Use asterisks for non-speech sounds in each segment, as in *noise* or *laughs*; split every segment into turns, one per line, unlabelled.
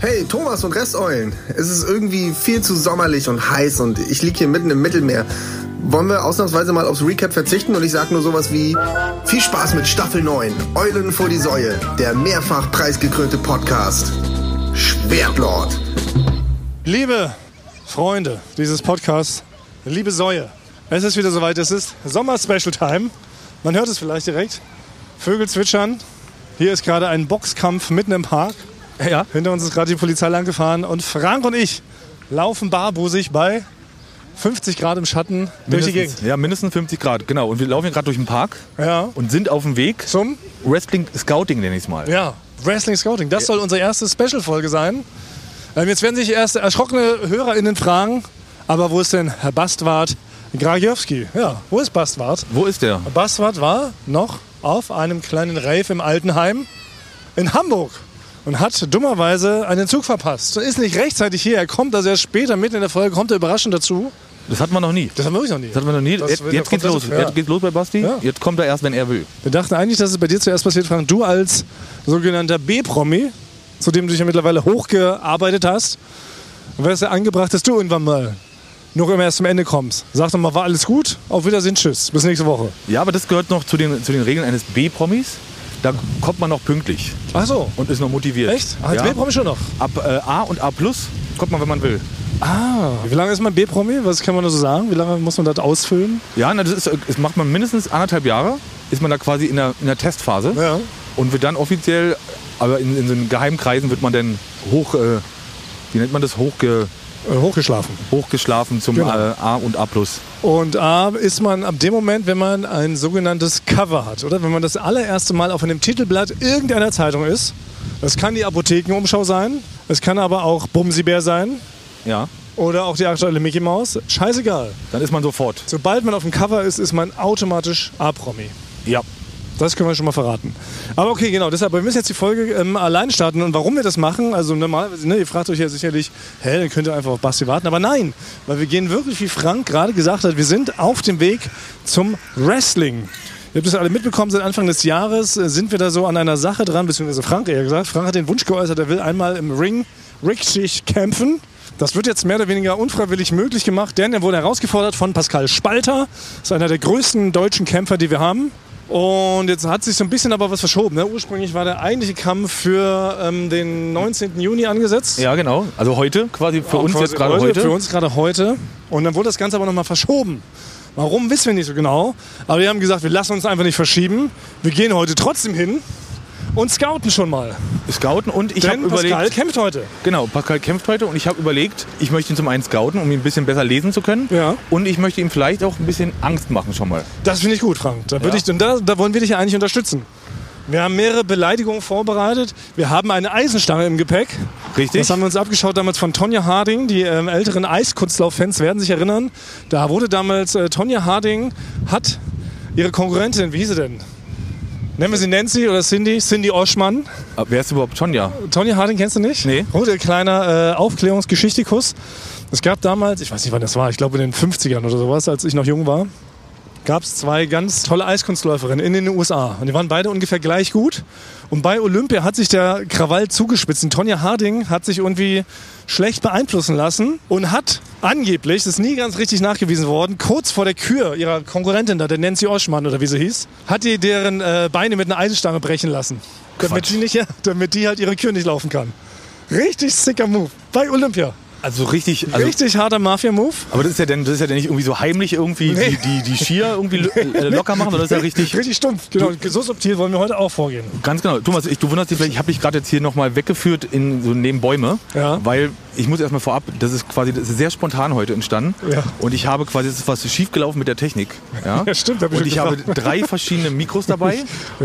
Hey Thomas und Resteulen, es ist irgendwie viel zu sommerlich und heiß und ich liege hier mitten im Mittelmeer. Wollen wir ausnahmsweise mal aufs Recap verzichten und ich sag nur sowas wie Viel Spaß mit Staffel 9, Eulen vor die Säue, der mehrfach preisgekrönte Podcast. Schwertlord.
Liebe Freunde dieses Podcasts, liebe Säue, es ist wieder soweit, es ist Sommer-Special-Time. Man hört es vielleicht direkt. Vögel zwitschern. Hier ist gerade ein Boxkampf mitten im Park.
Ja.
Hinter uns ist gerade die Polizei langgefahren und Frank und ich laufen barbusig bei 50 Grad im Schatten durch die Gegend.
Ja, mindestens 50 Grad, genau. Und wir laufen hier gerade durch den Park
Ja.
und sind auf dem Weg
Zum
Wrestling Scouting, nenne ich es mal.
ja, Wrestling Scouting. Das soll unsere erste Special-Folge sein. Ähm, jetzt werden sich erst erschrockene HörerInnen fragen, aber wo ist denn Herr Bastwart Gragiewski? Ja, wo ist Bastwart?
Wo ist der?
Baswart war noch auf einem kleinen Rave im Altenheim in Hamburg und hat dummerweise einen Zug verpasst. Er ist nicht rechtzeitig hier, er kommt also erst später, mitten in der Folge, kommt er überraschend dazu.
Das hatten wir noch nie.
Das haben wir wirklich noch nie.
Das hatten wir noch nie.
Das-
jetzt
da
jetzt
kommt
geht's
das-
los.
ja.
Jetzt geht's los bei Basti.
Ja.
Jetzt kommt er erst, wenn er will.
Wir dachten eigentlich, dass es bei dir zuerst passiert, Frank. Du als sogenannter B-Promi, zu dem du dich ja mittlerweile hochgearbeitet hast, wäre es ja angebracht, dass du irgendwann mal noch immer erst zum Ende kommst. Sag doch mal, war alles gut? Auf Wiedersehen, tschüss. Bis nächste Woche.
Ja, aber das gehört noch zu den, zu den Regeln eines B-Promis. Da kommt man noch pünktlich
Ach so.
und ist noch motiviert.
Echt? Als
ja.
B-Promi schon noch?
Ab äh, A und A plus kommt man, wenn man will.
Ah. Wie lange ist man B-Promi? Was kann man da so sagen? Wie lange muss man das ausfüllen?
Ja, na, das, ist, äh, das macht man mindestens anderthalb Jahre. Ist man da quasi in der, in der Testphase.
Ja.
Und wird dann offiziell, aber in, in so einen Geheimkreisen wird man dann hoch, äh, wie nennt man das, Hochge,
Äh, Hochgeschlafen.
hochgeschlafen zum
Genau.
äh, A und A+.
Und A ist man ab dem Moment, wenn man ein sogenanntes Cover hat, oder? Wenn man das allererste Mal auf einem Titelblatt irgendeiner Zeitung ist. Das kann die Apothekenumschau sein, es kann aber auch Bumsibär sein
Ja,
oder auch die aktuelle Mickey Maus. Scheißegal.
dann ist man sofort.
Sobald man auf dem Cover ist, ist man automatisch A-Promi.
Ja.
Das können wir schon mal verraten. Aber okay, genau, deshalb, wir müssen jetzt die Folge ähm, allein starten und warum wir das machen, also normalerweise, ne, ihr fragt euch ja sicherlich, hä, dann könnt ihr einfach auf Basti warten, aber nein, weil wir gehen wirklich, wie Frank gerade gesagt hat, wir sind auf dem Weg zum Wrestling. Ihr habt es alle mitbekommen, seit Anfang des Jahres äh, sind wir da so an einer Sache dran, beziehungsweise Frank eher gesagt, Frank hat den Wunsch geäußert, er will einmal im Ring richtig kämpfen. Das wird jetzt mehr oder weniger unfreiwillig möglich gemacht, denn er wurde herausgefordert von Pascal Spalter. Das ist einer der größten deutschen Kämpfer, die wir haben. Und jetzt hat sich so ein bisschen aber was verschoben. Ne? Ursprünglich war der eigentliche Kampf für ähm, den 19. Juni angesetzt.
Ja, genau. Also heute quasi für uns
Quasi
jetzt gerade heute.
Für uns gerade heute. Und dann wurde das Ganze aber nochmal verschoben. Warum, wissen wir nicht so genau. Aber wir haben gesagt, wir lassen uns einfach nicht verschieben. Wir gehen heute trotzdem hin und scouten schon mal.
Scouten und ich habe
Denn Pascal
überlegt,
kämpft heute.
genau, Pascal kämpft heute und ich habe überlegt, ich möchte ihn zum einen scouten, um ihn ein bisschen besser lesen zu können.
Ja.
Und ich möchte ihm vielleicht auch ein bisschen Angst machen schon mal.
Das finde ich gut, Frank. Da, würde
Ja.
ich, und da, da wollen wir dich ja eigentlich unterstützen. Wir haben mehrere Beleidigungen vorbereitet. Wir haben eine Eisenstange im Gepäck.
Richtig?
Das haben wir uns abgeschaut damals von Tonja Harding. Die ähm, älteren Eiskunstlauf-Fans werden sich erinnern. Da wurde damals äh, Tonja Harding hat ihre Konkurrentin, wie hieß sie denn? Nennen wir sie Nancy oder Cindy? Cindy Oschmann.
Aber Wer ist Äh, überhaupt Tonja?
Tonja Harding kennst du nicht?
Nee.
Gut, ein kleiner äh, Aufklärungsgeschichtikus. Es gab damals, ich weiß nicht wann das war, ich glaube in den 50ern oder sowas, als ich noch jung war, gab es zwei ganz tolle Eiskunstläuferinnen in den USA. Und die waren beide ungefähr gleich gut. Und bei Olympia hat sich der Krawall zugespitzt. Und Tonja Harding hat sich irgendwie schlecht beeinflussen lassen und hat angeblich, das ist nie ganz richtig nachgewiesen worden, kurz vor der Kür ihrer Konkurrentin da, der Nancy Oschmann oder wie sie hieß, hat die deren äh, Beine mit einer Eisenstange brechen lassen. Damit
Quatsch.
die, nicht, damit die halt ihre Kür nicht laufen kann. Richtig sicker Move. Bei Olympia.
Also richtig, also
richtig harter Mafia-Move.
Aber das ist ja denn, das ist ja denn nicht irgendwie so heimlich irgendwie
Nee.
die, die, die Skier irgendwie lo- äh, locker machen, sondern das ist ja richtig.
Richtig stumpf. Genau. Und so subtil wollen wir heute auch vorgehen.
Ganz genau. Thomas, ich, du wunderst dich vielleicht, ich habe dich gerade jetzt hier nochmal weggeführt in so neben Bäume,
Ja.
weil ich muss erstmal vorab, das ist quasi das ist sehr spontan heute entstanden
Ja.
und ich habe quasi, es ist was schiefgelaufen mit der Technik. Ja,
Ja, stimmt, hab ich
Und
schon
ich habe
gesagt.
drei verschiedene
*laughs*
Mikros dabei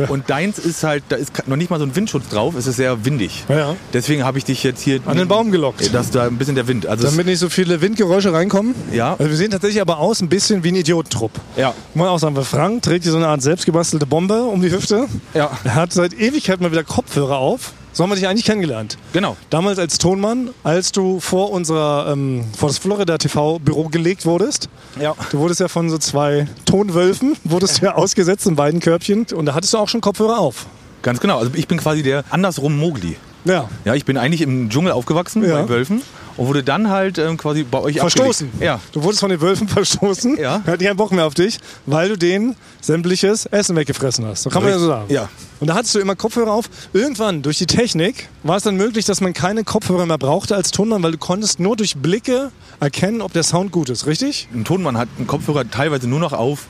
und deins ist halt, da ist ka- noch nicht mal so ein Windschutz drauf, es ist sehr windig.
Ja.
Deswegen habe ich dich jetzt hier Äh,
An den Baum gelockt.
Dass da ein bisschen der Wind. Also es-
Damit nicht so viele Windgeräusche reinkommen.
Ja.
Also wir sehen tatsächlich aber aus ein bisschen wie ein Idiotentrupp.
Ja.
Muss man auch sagen, weil Frank trägt hier so eine Art selbstgebastelte Bombe um die Hüfte.
Ja.
Er hat seit Ewigkeit mal wieder Kopfhörer auf. So haben wir dich eigentlich kennengelernt.
genau.
Damals als Tonmann, als du vor unserer, ähm, vor das Florida TV Büro gelegt wurdest.
Ja.
Du wurdest ja von so zwei Tonwölfen,
*laughs*
wurdest ja ausgesetzt in beiden Körbchen. Und da hattest du auch schon Kopfhörer auf.
Ganz genau. Also ich bin quasi der andersrum Mogli.
Ja.
Ja, ich bin eigentlich im Dschungel aufgewachsen
Ja.
bei Wölfen und wurde dann halt ähm, quasi bei euch
Verstoßen.
abgelegt. Ja.
Du wurdest von den Wölfen *laughs* verstoßen.
Ja.
Hatten keinen Bock mehr auf dich, weil du denen sämtliches Essen weggefressen hast. So kann man ja so sagen.
Ja.
Und da hattest du immer Kopfhörer auf. Irgendwann, durch die Technik, war es dann möglich, dass man keine Kopfhörer mehr brauchte als Tonmann, weil du konntest nur durch Blicke erkennen, ob der Sound gut ist, richtig?
Ein Tonmann hat einen Kopfhörer teilweise nur noch auf,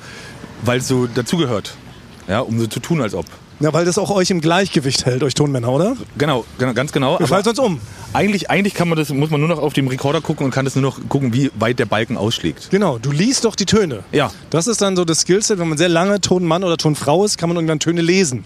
weil es so dazugehört. Ja, um so zu tun, als ob.
Ja, weil das auch euch im Gleichgewicht hält, euch Tonmänner, oder?
Genau, genau ganz genau.
Wir
aber-
fallen sonst um.
Eigentlich, eigentlich kann man das, muss man nur noch auf dem Rekorder gucken und kann das nur noch gucken, wie weit der Balken ausschlägt.
Genau, du liest doch die Töne.
Ja.
Das ist dann so das Skillset, wenn man sehr lange Tonmann oder Tonfrau ist, kann man irgendwann Töne lesen.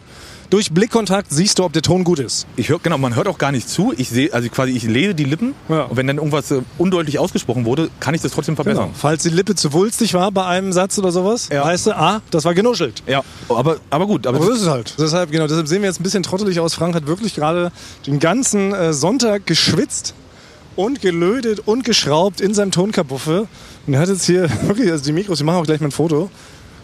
Durch Blickkontakt siehst du, ob der Ton gut ist.
Ich höre, genau, man hört auch gar nicht zu. Ich sehe, also quasi, ich lese die Lippen.
Ja.
Und wenn dann irgendwas äh, undeutlich ausgesprochen wurde, kann ich das trotzdem verbessern.
Falls die Lippe zu wulstig war bei einem Satz oder sowas,
Ja.
weißt du, ah, das war genuschelt.
Ja, aber, aber gut. Aber
Aber so ist es halt. Deshalb, genau, deshalb sehen wir jetzt ein bisschen trottelig aus. Frank hat wirklich gerade den ganzen äh, Sonntag geschwitzt und gelötet und geschraubt in seinem Tonkabuffel. Und er hat jetzt hier *laughs* wirklich, also die Mikros, die machen auch gleich mal ein Foto.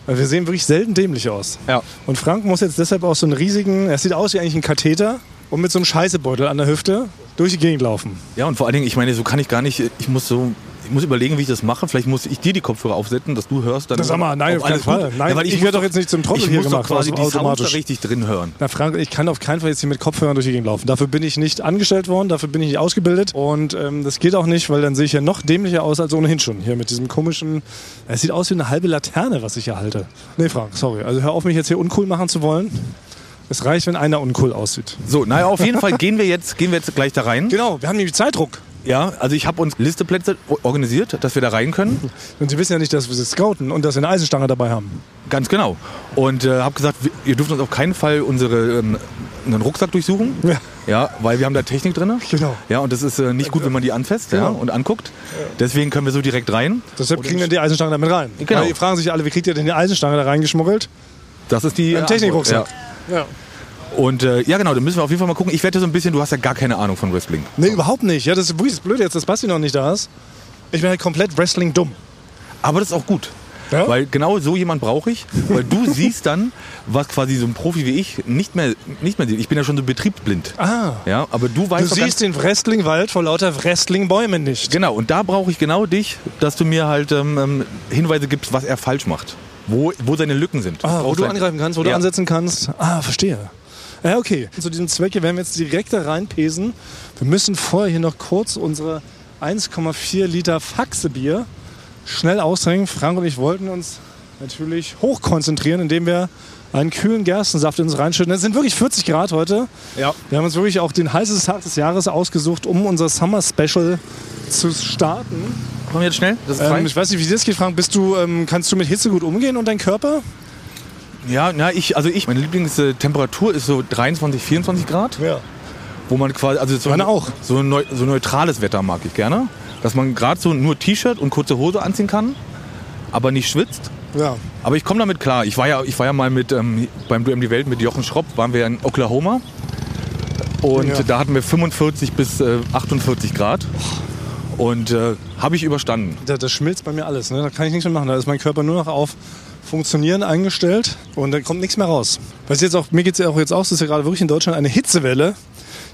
Weil Wir sehen wirklich selten dämlich aus.
Ja.
Und Frank muss jetzt deshalb auch so einen riesigen, er sieht aus wie eigentlich ein Katheter und mit so einem Scheißebeutel an der Hüfte durch die Gegend laufen.
ja, und vor allen Dingen, ich meine, so kann ich gar nicht, ich muss so, ich muss überlegen, wie ich das mache. Vielleicht muss ich dir die Kopfhörer aufsetzen, dass du hörst. Dann
Na, sag mal, nein,
ob
auf keinen
alles
Fall.
gut-
Nein,
weil
ich
muss
werd doch jetzt nicht zum Trottel
Ich
hier
muss doch
gemacht,
quasi
also
die Sounds da
automatisch.
richtig drin hören.
Na Frank, ich kann auf keinen Fall jetzt hier mit Kopfhörern durch die Gegend laufen. Dafür bin ich nicht angestellt worden, dafür bin ich nicht ausgebildet. Und ähm, das geht auch nicht, weil dann sehe ich ja noch dämlicher aus als ohnehin schon. Hier mit diesem komischen, äh, es sieht aus wie eine halbe Laterne, was ich hier halte. Nee, Frank, sorry. Also hör auf, mich jetzt hier uncool machen zu wollen. Es reicht, wenn einer uncool aussieht.
So, naja, auf jeden Fall gehen wir jetzt, gehen wir jetzt gleich da rein.
Genau, wir haben nämlich Zeitdruck.
Ja, also ich habe uns Listeplätze organisiert, dass wir da rein können.
Und sie wissen ja nicht, dass wir sie scouten und dass wir eine Eisenstange dabei haben.
Ganz genau. Und äh, habe gesagt, wir- ihr dürft uns auf keinen Fall unsere, ähm, unseren Rucksack durchsuchen.
Ja.
ja, weil wir haben da Technik drin.
Genau.
Ja, und das ist äh, nicht gut, wenn man die anfasst ja,
Genau.
und anguckt. Deswegen können wir so direkt rein.
Deshalb kriegen wir die Eisenstange damit rein.
Genau.
Weil die fragen sich alle, wie kriegt ihr denn die Eisenstange da reingeschmuggelt?
Das ist die
Im
Antwort.
Technikrucksack.
Ja.
Ja.
Und äh, ja, genau, da müssen wir auf jeden Fall mal gucken. Ich wette so ein bisschen, du hast ja gar keine Ahnung von Wrestling.
Nee, überhaupt nicht. Ja, das ist wirklich das Blöde jetzt, dass Basti noch nicht da ist. Ich bin halt komplett Wrestling dumm.
Aber das ist auch gut.
Ja?
Weil genau so jemand brauche ich,
*laughs*
weil du siehst dann, was quasi so ein Profi wie ich nicht mehr, nicht mehr sieht. Ich bin ja schon so betriebsblind.
Ah.
Ja, aber du
Du
weißt doch ganz
siehst den Wrestling-Wald vor lauter Wrestling-Bäumen nicht.
Genau, und da brauche ich genau dich, dass du mir halt ähm, ähm, Hinweise gibst, was er falsch macht. Wo, wo seine Lücken sind.
Ah, wo
Brauchst
du
ein-
angreifen kannst, wo du
Ja.
ansetzen kannst. Ah, verstehe. Ja, okay. Zu diesem Zweck hier werden wir jetzt direkt da reinpesen. Wir müssen vorher hier noch kurz unsere 1,4 Liter Faxebier schnell austrinken. Frank und ich wollten uns natürlich hochkonzentrieren, indem wir einen kühlen Gerstensaft in uns reinschütten. Es sind wirklich 40 Grad heute.
Ja.
Wir haben uns wirklich auch den heißesten Tag des Jahres ausgesucht, um unser Summer Special zu starten.
Komm jetzt schnell. Das ist frei.
Ähm, ich weiß nicht, wie dir das geht, Frank. Bist du, ähm, kannst du mit Hitze gut umgehen und dein Körper?
ja, na, ich, also ich, meine Lieblingstemperatur ist so 23, 24 Grad,
Ja.
wo man quasi, also so,
Meine auch.
so, neu, so neutrales Wetter mag ich gerne. Dass man gerade so nur T-Shirt und kurze Hose anziehen kann, aber nicht schwitzt.
Ja.
Aber ich komme damit klar. Ich war ja, ich war ja mal mit ähm, beim Duell um die Welt mit Jochen Schropp, waren wir in Oklahoma. Und
Ja.
da hatten wir 45 bis äh, 48 Grad. Und äh, habe ich überstanden.
Da, das schmilzt bei mir alles. Ne? Da kann ich nichts mehr machen. Da ist mein Körper nur noch auf Funktionieren eingestellt und dann kommt nichts mehr raus. Was jetzt auch, mir geht es ja auch jetzt aus, es ist ja gerade wirklich in Deutschland eine Hitzewelle.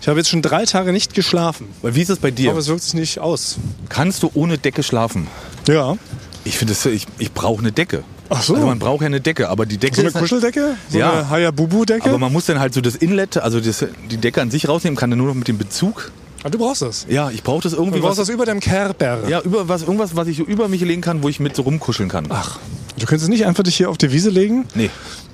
Ich habe jetzt schon drei Tage nicht geschlafen.
Weil wie ist es bei dir?
Aber es wirkt sich nicht aus.
Kannst du ohne Decke schlafen?
Ja.
Ich finde, das- ich, ich brauche eine Decke.
Ach so.
Also man braucht ja eine Decke, aber die Decke
So eine
ist halt-
Kuscheldecke? So
Ja.
eine Hayabubu-Decke?
Aber man muss dann halt so das Inlet, also das, die Decke an sich rausnehmen, kann dann nur noch mit dem Bezug.
Ah, du brauchst das.
Ja, ich brauche das
Du
irgendwie
brauchst
was.
das über deinem Kerber.
Ja, über was, irgendwas, was ich so über mich legen kann, wo ich mit so rumkuscheln kann.
Ach, du könntest nicht einfach dich hier auf die Wiese legen
Nee,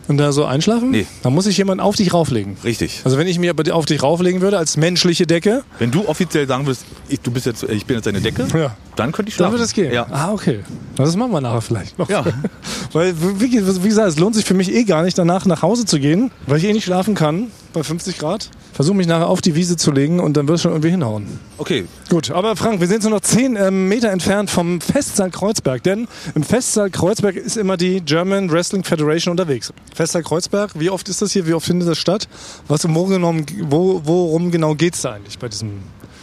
und da so einschlafen?
Nee.
Da muss sich jemand auf dich rauflegen.
richtig.
Also wenn ich mir aber auf dich rauflegen würde als menschliche Decke,
Wenn du offiziell sagen würdest, ich, du bist jetzt, ich bin jetzt deine Decke,
Ja.
dann könnte ich
Dann
schlafen.
wird es gehen.
Ja.
Ah, okay. Na, Das machen wir nachher vielleicht noch.
Ja.
*laughs* Weil, wie, wie gesagt, es lohnt sich für mich eh gar nicht, danach nach Hause zu gehen, weil ich eh nicht schlafen kann bei 50 Grad. Versuche mich nachher auf die Wiese zu legen und dann wirst du schon irgendwie hinhauen.
Okay,
Gut, aber Frank, wir sind so noch 10 ähm, Meter entfernt vom Festsaal Kreuzberg, denn im Festsaal Kreuzberg ist immer die German Wrestling Federation unterwegs. Festsaal Kreuzberg, wie oft ist das hier, wie oft findet das statt? Was, worum, worum genau geht es da eigentlich bei diesem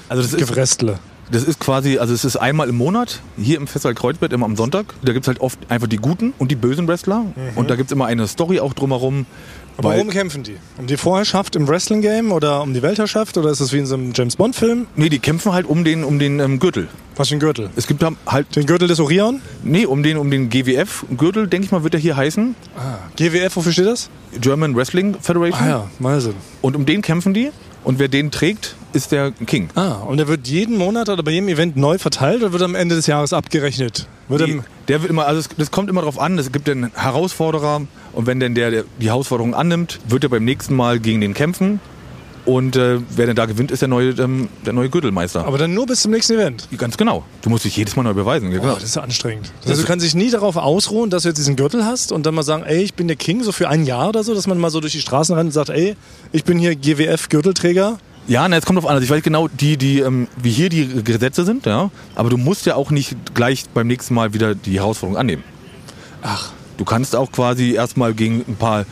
also das ist,
Gewrestle?
Das ist quasi, also es ist einmal im Monat hier im Festival Kreuzberg, immer am Sonntag. Da gibt es halt oft einfach die guten und die bösen Wrestler.
Mhm.
Und da gibt es immer eine Story auch drumherum.
Aber
weil-
warum kämpfen die? Um die Vorherrschaft im Wrestling-Game oder um die Weltherrschaft? Oder ist das wie in so einem James-Bond-Film?
Nee, die kämpfen halt um den, um den ähm, Gürtel.
Was für ein Gürtel?
Es gibt da halt,
Den Gürtel des Orion?
nee, um den, um den GWF-Gürtel, denke ich mal, wird er hier heißen.
GWF, wofür steht das?
German Wrestling Federation.
Ah ja, mal Sinn.
Und um den kämpfen die. Und wer den trägt, ist der King.
Ah, und der wird jeden Monat oder bei jedem Event neu verteilt oder wird am Ende des Jahres abgerechnet? Wird
Nee,
am-
der wird immer, also es, das kommt immer drauf an, es gibt den Herausforderer und wenn denn der, der die Herausforderung annimmt, wird er beim nächsten Mal gegen den kämpfen und äh, wer denn da gewinnt, ist der neue, ähm, der neue Gürtelmeister.
aber dann nur bis zum nächsten Event.
Ganz genau. Du musst dich jedes Mal neu beweisen. Ja,
Oh,
genau.
das ist ja anstrengend. Also du kannst dich nie darauf ausruhen, dass du jetzt diesen Gürtel hast und dann mal sagen, ey, ich bin der King, so für ein Jahr oder so, dass man mal so durch die Straßen rennt und sagt, ey, ich bin hier GWF-Gürtelträger.
Ja, na, es kommt drauf an. Also ich weiß genau, die, die, ähm, wie hier die Gesetze sind, ja. Aber du musst ja auch nicht gleich beim nächsten Mal wieder die Herausforderung annehmen. Ach. Du kannst auch quasi erstmal gegen ein paar.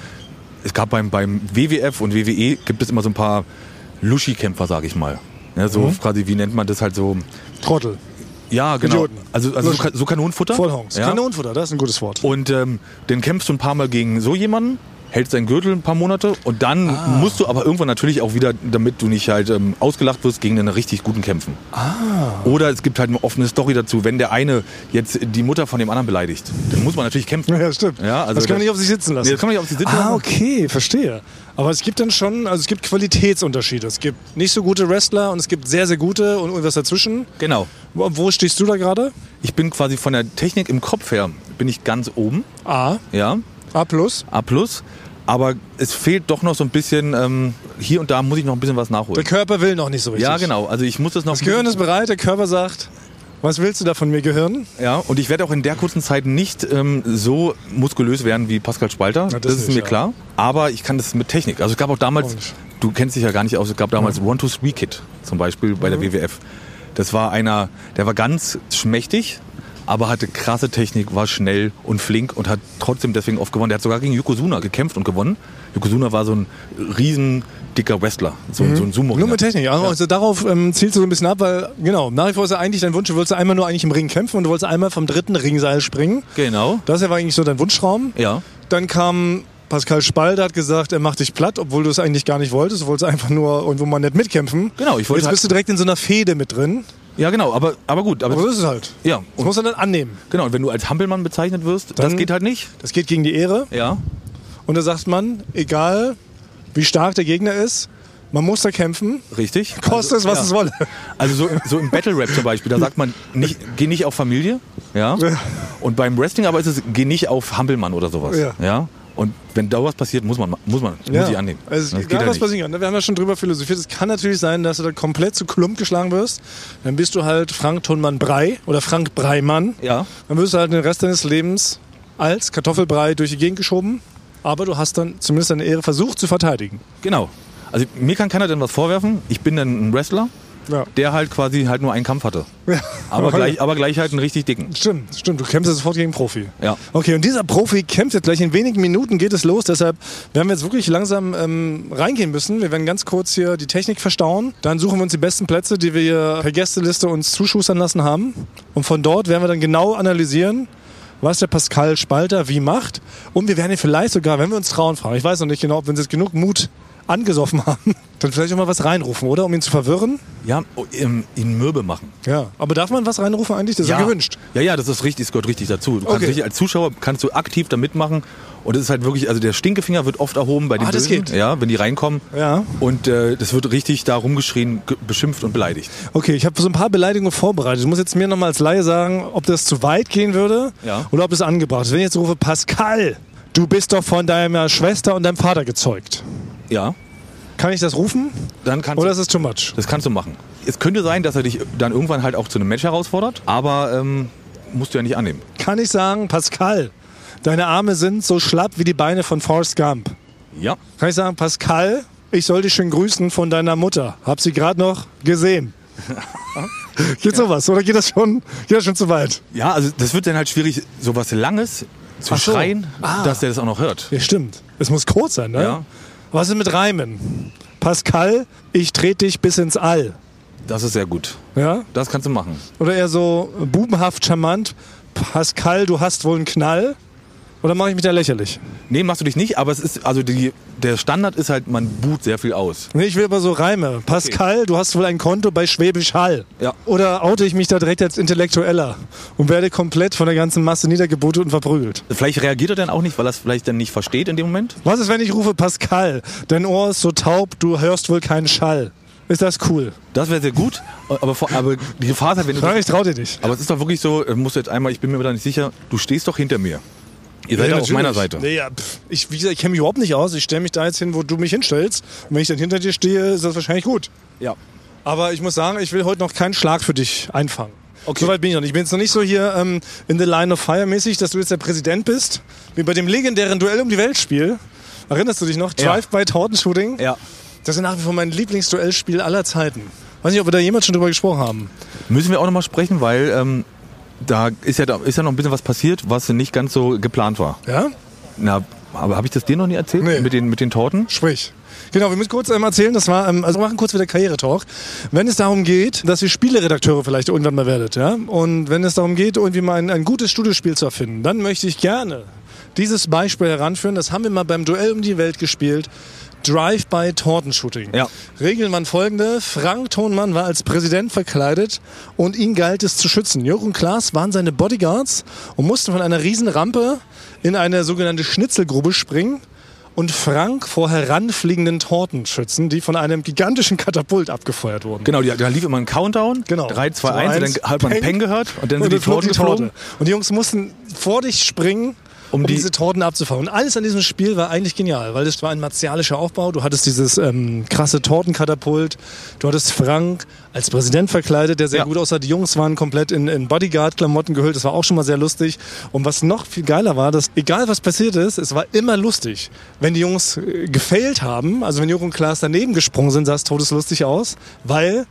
Es gab beim, beim WWF und WWE gibt es immer so ein paar Luschi-Kämpfer, sag ich mal. Ja, so
Mhm.
quasi, wie nennt man das halt so?
Trottel.
Ja, genau.
Idioten.
Also, also so,
Luschi.
Ka- so Kanonenfutter.
Vollhongs.
Ja.
Kanonenfutter, das ist ein gutes Wort.
Und ähm, dann kämpfst du ein paar Mal gegen so jemanden, hältst deinen Gürtel ein paar Monate und dann
Ah.
musst du aber irgendwann natürlich auch wieder, damit du nicht halt ähm, ausgelacht wirst, gegen einen richtig guten kämpfen.
Ah.
Oder es gibt halt eine offene Story dazu, wenn der eine jetzt die Mutter von dem anderen beleidigt, dann muss man natürlich kämpfen.
*laughs* *laughs* Ja, stimmt.
Ja, also
das kann man
das-
nicht auf sich sitzen lassen.
Nee, das kann man nicht auf sich sitzen
ah,
lassen.
okay, verstehe. Aber es gibt dann schon, also es gibt Qualitätsunterschiede. Es gibt nicht so gute Wrestler und es gibt sehr, sehr gute und irgendwas dazwischen.
Genau.
Wo, wo stehst du da gerade?
Ich bin quasi von der Technik im Kopf her, bin ich ganz oben,
A.
ja,
A plus.
A+. Aber es fehlt doch noch so ein bisschen, ähm, hier und da muss ich noch ein bisschen was
Der
nachholen.
Körper will noch nicht so richtig.
Ja, genau. Also ich muss das noch...
Das Gehirn ist bereit, der Körper sagt, was willst du da von mir, Gehirn?
Ja, und ich werde auch in der kurzen Zeit nicht ähm, so muskulös werden wie Pascal Spalter.
Na,
das,
das
ist
nicht,
mir
ja.
klar. Aber ich kann das mit Technik. Also es gab auch damals,
Auch nicht.
du kennst dich ja gar nicht aus, es gab damals One to Three Kit zum Beispiel bei
Mhm.
der WWF. Das war einer, der war ganz schmächtig, aber hatte krasse Technik, war schnell und flink und hat trotzdem deswegen oft gewonnen. Der hat sogar gegen Yokozuna gekämpft und gewonnen. Yokozuna war so ein riesen dicker Wrestler, so, ein- so ein Sumo.
Mhm. Nur mit Technik. Also darauf ähm, zielst du so ein bisschen ab, weil genau, nach wie vor ist ja eigentlich dein Wunsch, du wolltest einmal nur eigentlich im Ring kämpfen und du wolltest einmal vom dritten Ringseil springen.
Genau.
Das war eigentlich so dein Wunschraum.
Ja.
Dann kam Pascal Spalder, hat gesagt, er macht dich platt, obwohl du es eigentlich gar nicht wolltest. Du wolltest einfach nur irgendwo mal nicht mitkämpfen.
Genau, ich wollte
Jetzt
halt-
bist du direkt in so einer Fehde mit drin.
Ja, genau. Aber, aber gut. Aber,
Aber so ist es halt.
Ja,
Das
und-
muss man dann annehmen.
genau. Und wenn du als Hampelmann bezeichnet wirst, das
Dann-
geht halt nicht.
Das geht gegen die Ehre.
Ja.
Und da sagt man, egal wie stark der Gegner ist, man muss da kämpfen.
Richtig.
Koste es, was es wolle.
Also so, so im Battle Rap zum Beispiel, da sagt man, nicht,
*laughs*
geh nicht auf Familie. Ja.
Ja.
Und beim Wrestling aber ist es, geh nicht auf Hampelmann oder sowas.
Ja.
Und wenn da was passiert, muss man, muss man, muss ich annehmen.
Also, es
Das
geht
halt
was
nicht.
passieren kann. Wir haben ja schon drüber philosophiert. Es kann natürlich sein, dass du da komplett zu Klump geschlagen wirst. Dann bist du halt Frank Tonmann Brei oder Frank Breimann.
Ja.
Dann wirst du halt den Rest deines Lebens als Kartoffelbrei durch die Gegend geschoben. Aber du hast dann zumindest deine Ehre versucht zu verteidigen.
Genau. Also mir kann keiner denn was vorwerfen. Ich bin dann ein Wrestler,
Ja.
der halt quasi halt nur einen Kampf hatte.
*laughs*
Aber, gleich, aber gleich halt einen richtig dicken.
Stimmt, stimmt. Du kämpfst jetzt sofort gegen einen Profi.
Ja.
Okay, und dieser Profi kämpft jetzt gleich. In wenigen Minuten geht es los. Deshalb werden wir jetzt wirklich langsam ähm, reingehen müssen. Wir werden ganz kurz hier die Technik verstauen. Dann suchen wir uns die besten Plätze, die wir hier per Gästeliste uns zuschustern lassen haben. Und von dort werden wir dann genau analysieren, was der Pascal Spalter wie macht. Und wir werden ihn vielleicht sogar, wenn wir uns trauen, fragen. Ich weiß noch nicht genau, ob wir uns jetzt genug Mut angesoffen *laughs* haben, dann vielleicht auch mal was reinrufen, oder? Um ihn zu verwirren.
Ja, oh, ähm, ihn mürbe machen.
Ja. Aber darf man was reinrufen eigentlich? Das ist ja gewünscht.
Ja, ja, das ist richtig, das gehört richtig dazu. Du kannst
Okay.
richtig, als Zuschauer kannst du aktiv da mitmachen. Und es ist halt wirklich, also der Stinkefinger wird oft erhoben bei den
Ah, das
Bösen,
geht.
ja, wenn die reinkommen.
Ja.
Und äh, das wird richtig da rumgeschrien, ge- beschimpft und beleidigt.
Okay, ich habe so ein paar Beleidigungen vorbereitet. Ich muss jetzt mir nochmal als Laie sagen, ob das zu weit gehen würde
Ja.
oder ob das angebracht ist. Wenn ich jetzt rufe, Pascal, du bist doch von deiner Schwester und deinem Vater gezeugt.
Ja,
Kann ich das rufen
dann kannst
oder
du,
Oh, ist es too much?
das kannst du machen. Es könnte sein, dass er dich dann irgendwann halt auch zu einem Match herausfordert, aber ähm, musst du ja nicht annehmen.
Kann ich sagen, Pascal, deine Arme sind so schlapp wie die Beine von Forrest Gump.
Ja.
Kann ich sagen, Pascal, ich soll dich schön grüßen von deiner Mutter. Hab sie gerade noch gesehen. geht sowas oder geht das schon, geht das schon zu weit?
Ja, also das wird dann halt schwierig, sowas Langes zu
Ach so.
schreien,
Ah.
dass der das auch noch hört.
Ja, stimmt. Es muss kurz sein, ne?
Ja.
Was ist mit Reimen? Pascal, ich trete dich bis ins All.
Das ist sehr gut.
Ja?
Das kannst du machen.
Oder eher so bubenhaft charmant, Pascal, du hast wohl einen Knall? Oder mache ich mich da lächerlich?
Nee, machst du dich nicht, aber es ist, also die, der Standard ist halt, man boot sehr viel aus.
Nee, ich will aber so Reime. Pascal, du hast wohl ein Konto bei Schwäbisch Hall.
Ja.
Oder oute ich mich da direkt als Intellektueller und werde komplett von der ganzen Masse niedergebotet und verprügelt?
Vielleicht reagiert er dann auch nicht, weil er es vielleicht dann nicht versteht in dem Moment.
Was ist, wenn ich rufe Pascal, dein Ohr ist so taub, du hörst wohl keinen Schall? Ist das cool?
Das wäre sehr gut, aber, vor, aber die Gefahr ist halt, wenn du.
Nein, ich trau dir nicht.
Aber es ist doch wirklich so, äh, musst du jetzt einmal, ich bin mir da nicht sicher, du stehst doch hinter mir. Ihr seid
Ja,
ja, auf
natürlich.
meiner Seite.
Nee, ja, pff, ich, wie gesagt, ich kenne mich überhaupt nicht aus. Ich stelle mich da jetzt hin, wo du mich hinstellst. Und wenn ich dann hinter dir stehe, ist das wahrscheinlich gut.
Ja.
Aber ich muss sagen, ich will heute noch keinen Schlag für dich einfangen. Okay. Soweit bin ich noch nicht. Ich bin jetzt noch nicht so hier ähm, in the line of fire mäßig, dass du jetzt der Präsident bist. Wie bei dem legendären Duell um die Weltspiel. Erinnerst du dich noch?
Ja.
Drive-by-Tortenshooting.
Ja.
Das ist nach wie vor mein Lieblingsduellspiel aller Zeiten. Weiß nicht, ob wir da jemals schon drüber gesprochen haben.
Müssen wir auch nochmal sprechen, weil ähm, da ist ja, da ist ja noch ein bisschen was passiert, was nicht ganz so geplant war.
Ja?
Na, aber habe ich das dir noch nie erzählt?
Nee.
Mit, den, mit den Torten?
Sprich. Genau, wir müssen kurz ähm, erzählen, das war, ähm, also wir machen kurz wieder Karriere-Talk. Wenn es darum geht, dass ihr Spieleredakteure vielleicht irgendwann mal werdet, ja, und wenn es darum geht, irgendwie mal ein, ein gutes Studiospiel zu erfinden, dann möchte ich gerne dieses Beispiel heranführen. Das haben wir mal beim Duell um die Welt gespielt. Drive-by Tortenshooting.
Ja.
Regeln waren folgende. Frank Thonmann war als Präsident verkleidet und ihn galt es zu schützen. Jörg und Klaas waren seine Bodyguards und mussten von einer Riesenrampe in eine sogenannte Schnitzelgrube springen und Frank vor heranfliegenden Torten schützen, die von einem gigantischen Katapult abgefeuert wurden.
Genau, die- da lief immer ein Countdown.
Genau.
3, 2,
Zwei,
1,
eins,
und dann hat man
Peng.
Peng, gehört und dann
Und
sind die
dann flog
Torten
die Torte.
geflogen.
Und die Jungs mussten vor dich springen, um,
Um die-
diese Torten abzufangen. Und alles an diesem Spiel war eigentlich genial, weil es war ein martialischer Aufbau. Du hattest dieses ähm, krasse Tortenkatapult. Du hattest Frank als Präsident verkleidet, der sehr
Ja.
gut aussah. Die Jungs waren komplett in, in Bodyguard-Klamotten gehüllt. Das war auch schon mal sehr lustig. Und was noch viel geiler war, dass egal was passiert ist, es war immer lustig. Wenn die Jungs äh, gefailt haben, also wenn Jürgen und Klaas daneben gesprungen sind, sah es todeslustig aus, weil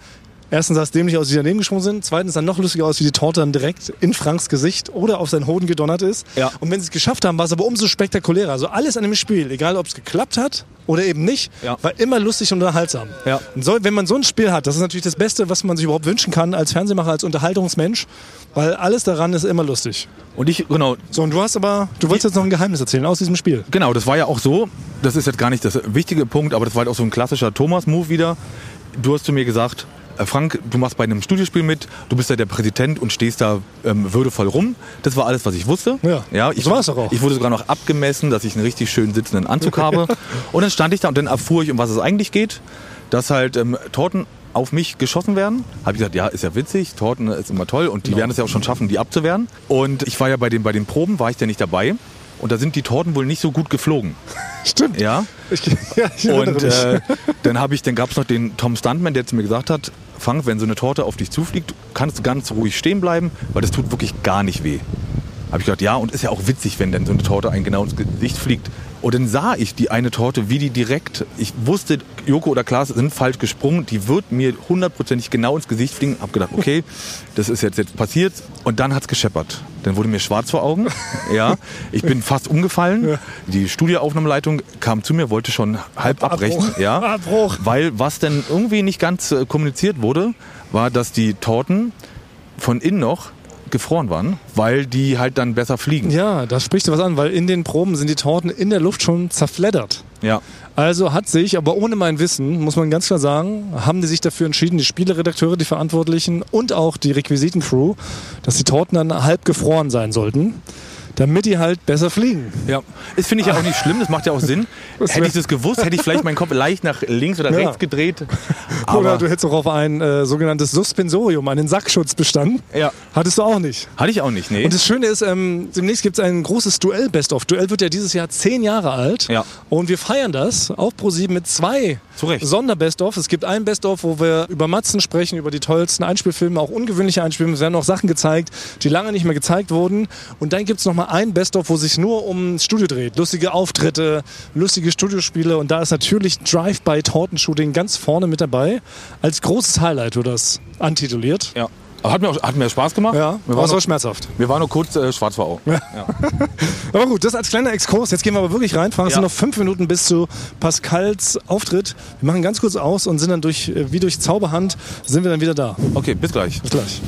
Erstens sah es dämlich aus, wie die daneben gesprungen sind. Zweitens sah noch lustiger aus, wie die Torte dann direkt in Franks Gesicht oder auf seinen Hoden gedonnert ist.
Ja.
Und wenn sie es geschafft haben, war es aber umso spektakulärer. Also alles an dem Spiel, egal ob es geklappt hat oder eben nicht,
Ja.
war immer lustig und unterhaltsam.
Ja.
Und so, wenn man so ein Spiel hat, das ist natürlich das Beste, was man sich überhaupt wünschen kann als Fernsehmacher, als Unterhaltungsmensch, weil alles daran ist immer lustig.
Und ich, genau,
So, und du hast aber, du wolltest jetzt noch ein Geheimnis erzählen aus diesem Spiel.
Genau, das war ja auch so, das ist jetzt gar nicht das wichtige Punkt, aber das war halt auch so ein klassischer Thomas-Move wieder. Du hast zu mir gesagt, äh, Frank, du machst bei einem Studiospiel mit, du bist ja der Präsident und stehst da ähm, würdevoll rum. Das war alles, was ich wusste.
Ja,
ich,
so war's doch auch.
Ich wurde sogar noch abgemessen, dass ich einen richtig schön sitzenden
*laughs*
Anzug habe. Und dann stand ich da und dann erfuhr ich, um was es eigentlich geht, dass halt ähm, Torten auf mich geschossen werden. Habe ich gesagt, ja, ist ja witzig, Torten ist immer toll und die
Genau.
werden es ja auch schon schaffen, die abzuwehren. Und ich war ja bei den, bei den Proben, war ich ja nicht dabei. Und da sind die Torten wohl nicht so gut geflogen.
*laughs* Stimmt.
Ja.
Ich, *laughs* ja, ich erinnere
Und
mich.
äh, dann habe ich, dann gab es noch den Tom Stuntman, der zu mir gesagt hat, Frank, wenn so eine Torte auf dich zufliegt, kannst du ganz ruhig stehen bleiben, weil das tut wirklich gar nicht weh. Habe ich gedacht, ja, und ist ja auch witzig, wenn dann so eine Torte einem genau ins Gesicht fliegt. Und dann sah ich die eine Torte, wie die direkt, ich wusste, Joko oder Klaas sind falsch gesprungen, die wird mir hundertprozentig genau ins Gesicht fliegen. Hab gedacht, okay, das ist jetzt, jetzt passiert. Und dann hat's gescheppert. Dann wurde mir schwarz vor Augen. Ja, ich bin fast umgefallen. Die Studioaufnahmeleitung kam zu mir, wollte schon halb abbrechen. Ja,
Abbruch.
weil was denn irgendwie nicht ganz äh, kommuniziert wurde, war, dass die Torten von innen noch gefroren waren, weil die halt dann besser fliegen.
ja, da sprichst du was an, weil in den Proben sind die Torten in der Luft schon zerfleddert.
Ja.
Also hat sich, aber ohne mein Wissen, muss man ganz klar sagen, haben die sich dafür entschieden, die Spieleredakteure, die Verantwortlichen und auch die Requisitencrew, dass die Torten dann halb gefroren sein sollten, damit die halt besser fliegen.
Ja, das finde ich
Ah.
ja auch nicht schlimm, das macht ja
*laughs*
auch Sinn. hätte ich das gewusst, hätte ich vielleicht meinen Kopf leicht nach links oder
Ja. *laughs*
rechts gedreht. Aber
Oder du hättest auch auf ein äh, sogenanntes Suspensorium, einen Sackschutz bestanden.
Ja.
Hattest du auch nicht.
hatte ich auch nicht, nee.
Und das Schöne ist, ähm, demnächst gibt es ein großes Duell Best of. Duell wird ja dieses Jahr zehn Jahre alt.
Ja.
Und wir feiern das auf ProSieben mit zwei
Zu Recht.
Sonder-Best of. Es gibt ein Best of, wo wir über Matzen sprechen, über die tollsten Einspielfilme, auch ungewöhnliche Einspielfilme. Es werden auch Sachen gezeigt, die lange nicht mehr gezeigt wurden. Und dann gibt es nochmal ein Best of, wo sich nur um das Studio dreht. Lustige Auftritte, lustige Studiospiele. Und da ist natürlich Drive-by Tortenshooting ganz vorne mit dabei. Als großes Highlight wird das antituliert.
ja. Aber hat mir, auch, hat mir Spaß gemacht.
Ja,
wir,
war
waren
so
nur,
schmerzhaft.
wir waren nur kurz äh, Schwarzwau.
Aber gut, das als kleiner Exkurs. Jetzt gehen wir aber wirklich rein. Fahren es
Ja.
nur noch fünf Minuten bis zu Pascals Auftritt. Wir machen ganz kurz aus und sind dann durch, äh, wie durch Zauberhand, sind wir dann wieder da.
Okay, bis gleich.
Bis gleich.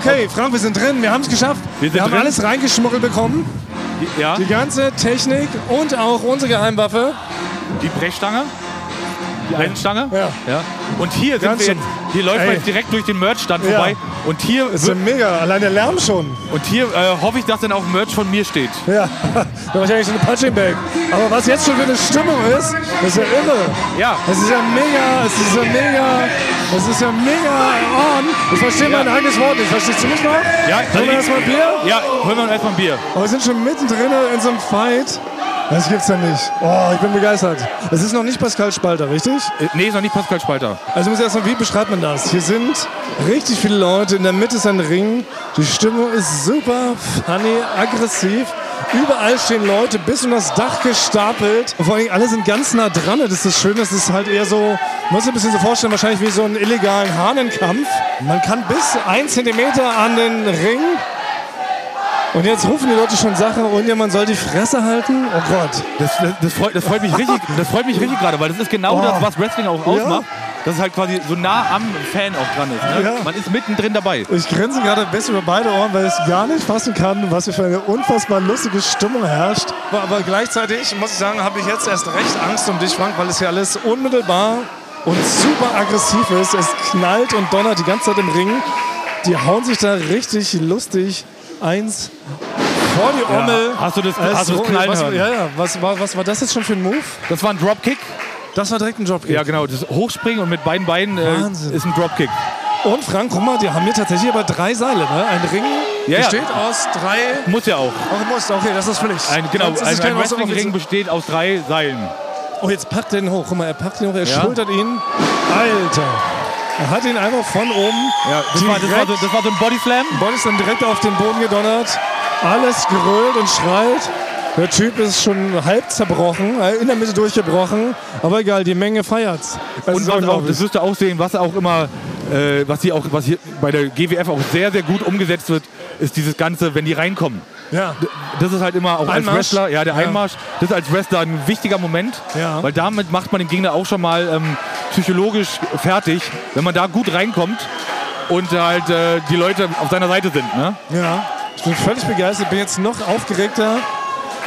Okay, Frank, wir sind drin. Wir haben es geschafft.
Wir
Wir,
sind
haben
drin.
alles reingeschmuggelt bekommen.
Ja,
Die ganze Technik und auch unsere Geheimwaffe.
die Brechstange. Die Brechstange.
Ja.
ja. Und hier sind
Ganz
wir
schön.
jetzt, hier läuft
Ey.
man jetzt direkt durch den Merch-Stand
Ja.
vorbei. Und hier,
Das ist ja
wird-
mega. Allein der Lärm schon.
und hier äh, hoffe ich, dass dann auch Merch von mir steht.
Ja, *laughs* da war ich eigentlich schon eine Punching Bag. Aber was jetzt schon für eine Stimmung ist, das ist ja irre.
Ja.
Es ist ja mega, es ist ja mega, es ist ja mega on. Ich verstehe mein eigenes Wort nicht. Verstehst du mich noch?
Ja,
Wollen wir erstmal Bier?
Ja, holen wir uns erstmal ein Bier.
Aber wir sind schon mittendrin in so einem Fight. Das gibt's ja nicht. Oh, ich bin begeistert. Es ist noch nicht Pascal Spalter, richtig?
Äh, nee, ist noch nicht Pascal Spalter.
Also muss ich erstmal, wie beschreibt man das? Hier sind richtig viele Leute, in der Mitte ist ein Ring, die Stimmung ist super funny, aggressiv. Überall stehen Leute bis um das Dach gestapelt. Und vor allem alle sind ganz nah dran. Das ist das Schöne, das ist halt eher so, man muss sich ein bisschen so vorstellen, wahrscheinlich wie so einen illegalen Hahnenkampf. Man kann bis ein Zentimeter an den Ring. Und jetzt rufen die Leute schon Sachen und ja, man soll die Fresse halten. Oh Gott.
Das, das, das, freut, das freut mich richtig, das freut mich richtig gerade, weil das ist genau
Oh.
das, was Wrestling auch
Ja.
ausmacht. Dass es halt quasi so nah am Fan auch dran ist. Ne?
Ja.
Man ist mittendrin dabei.
Ich grinse gerade ein bisschen über beide Ohren, weil ich es gar nicht fassen kann, was hier für eine unfassbar lustige Stimmung herrscht. Aber, aber gleichzeitig muss ich sagen, habe ich jetzt erst recht Angst um dich, Frank, weil es hier alles unmittelbar und super aggressiv ist. Es knallt und donnert die ganze Zeit im Ring. Die hauen sich da richtig lustig eins vor die Ommel.
Hast du das,
Es-
hast du das Knallen
was,
hören?
ja, ja. Was, war, was war das jetzt schon für ein Move?
Das war ein Dropkick.
Das war direkt ein Job.
Ja, genau. Das Hochspringen und mit beiden Beinen
Wahnsinn.
äh, ist ein Dropkick.
Und Frank, guck mal, die haben hier tatsächlich aber drei Seile. Ne? Ein Ring
Ja, ja.
besteht aus drei
Muss ja auch.
Auch muss, okay, das ist völlig.
Ein, genau,
Sonst
ein,
ist es
ein
kein Ausdruck,
Wrestling-Ring
aber-
besteht aus drei Seilen.
Oh, jetzt packt er ihn hoch. Guck mal, er packt ihn hoch, er
Ja.
schultert ihn. Alter. Er hat ihn einfach von oben.
das, war, das, war
direkt-
so, das war so ein Body Slam.
Bonn ist dann direkt auf den Boden gedonnert. Alles gerölt und schreit. Der Typ ist schon halb zerbrochen, äh, in der Mitte durchgebrochen. Aber egal, die Menge feiert's. Das
Und
ist
was auch,
unglaublich.
das wirst du auch sehen, was auch immer, äh, was hier auch, was hier bei der GWF auch sehr, sehr gut umgesetzt wird, ist dieses Ganze, wenn die reinkommen.
ja.
Das ist halt immer auch
Einmarsch.
als Wrestler, ja, der
Ja.
Einmarsch, das ist als Wrestler ein wichtiger Moment,
Ja.
weil damit macht man den Gegner auch schon mal ähm, psychologisch fertig, wenn man da gut reinkommt und halt äh, die Leute auf seiner Seite sind. Ne?
Ja, ich bin völlig begeistert, bin jetzt noch aufgeregter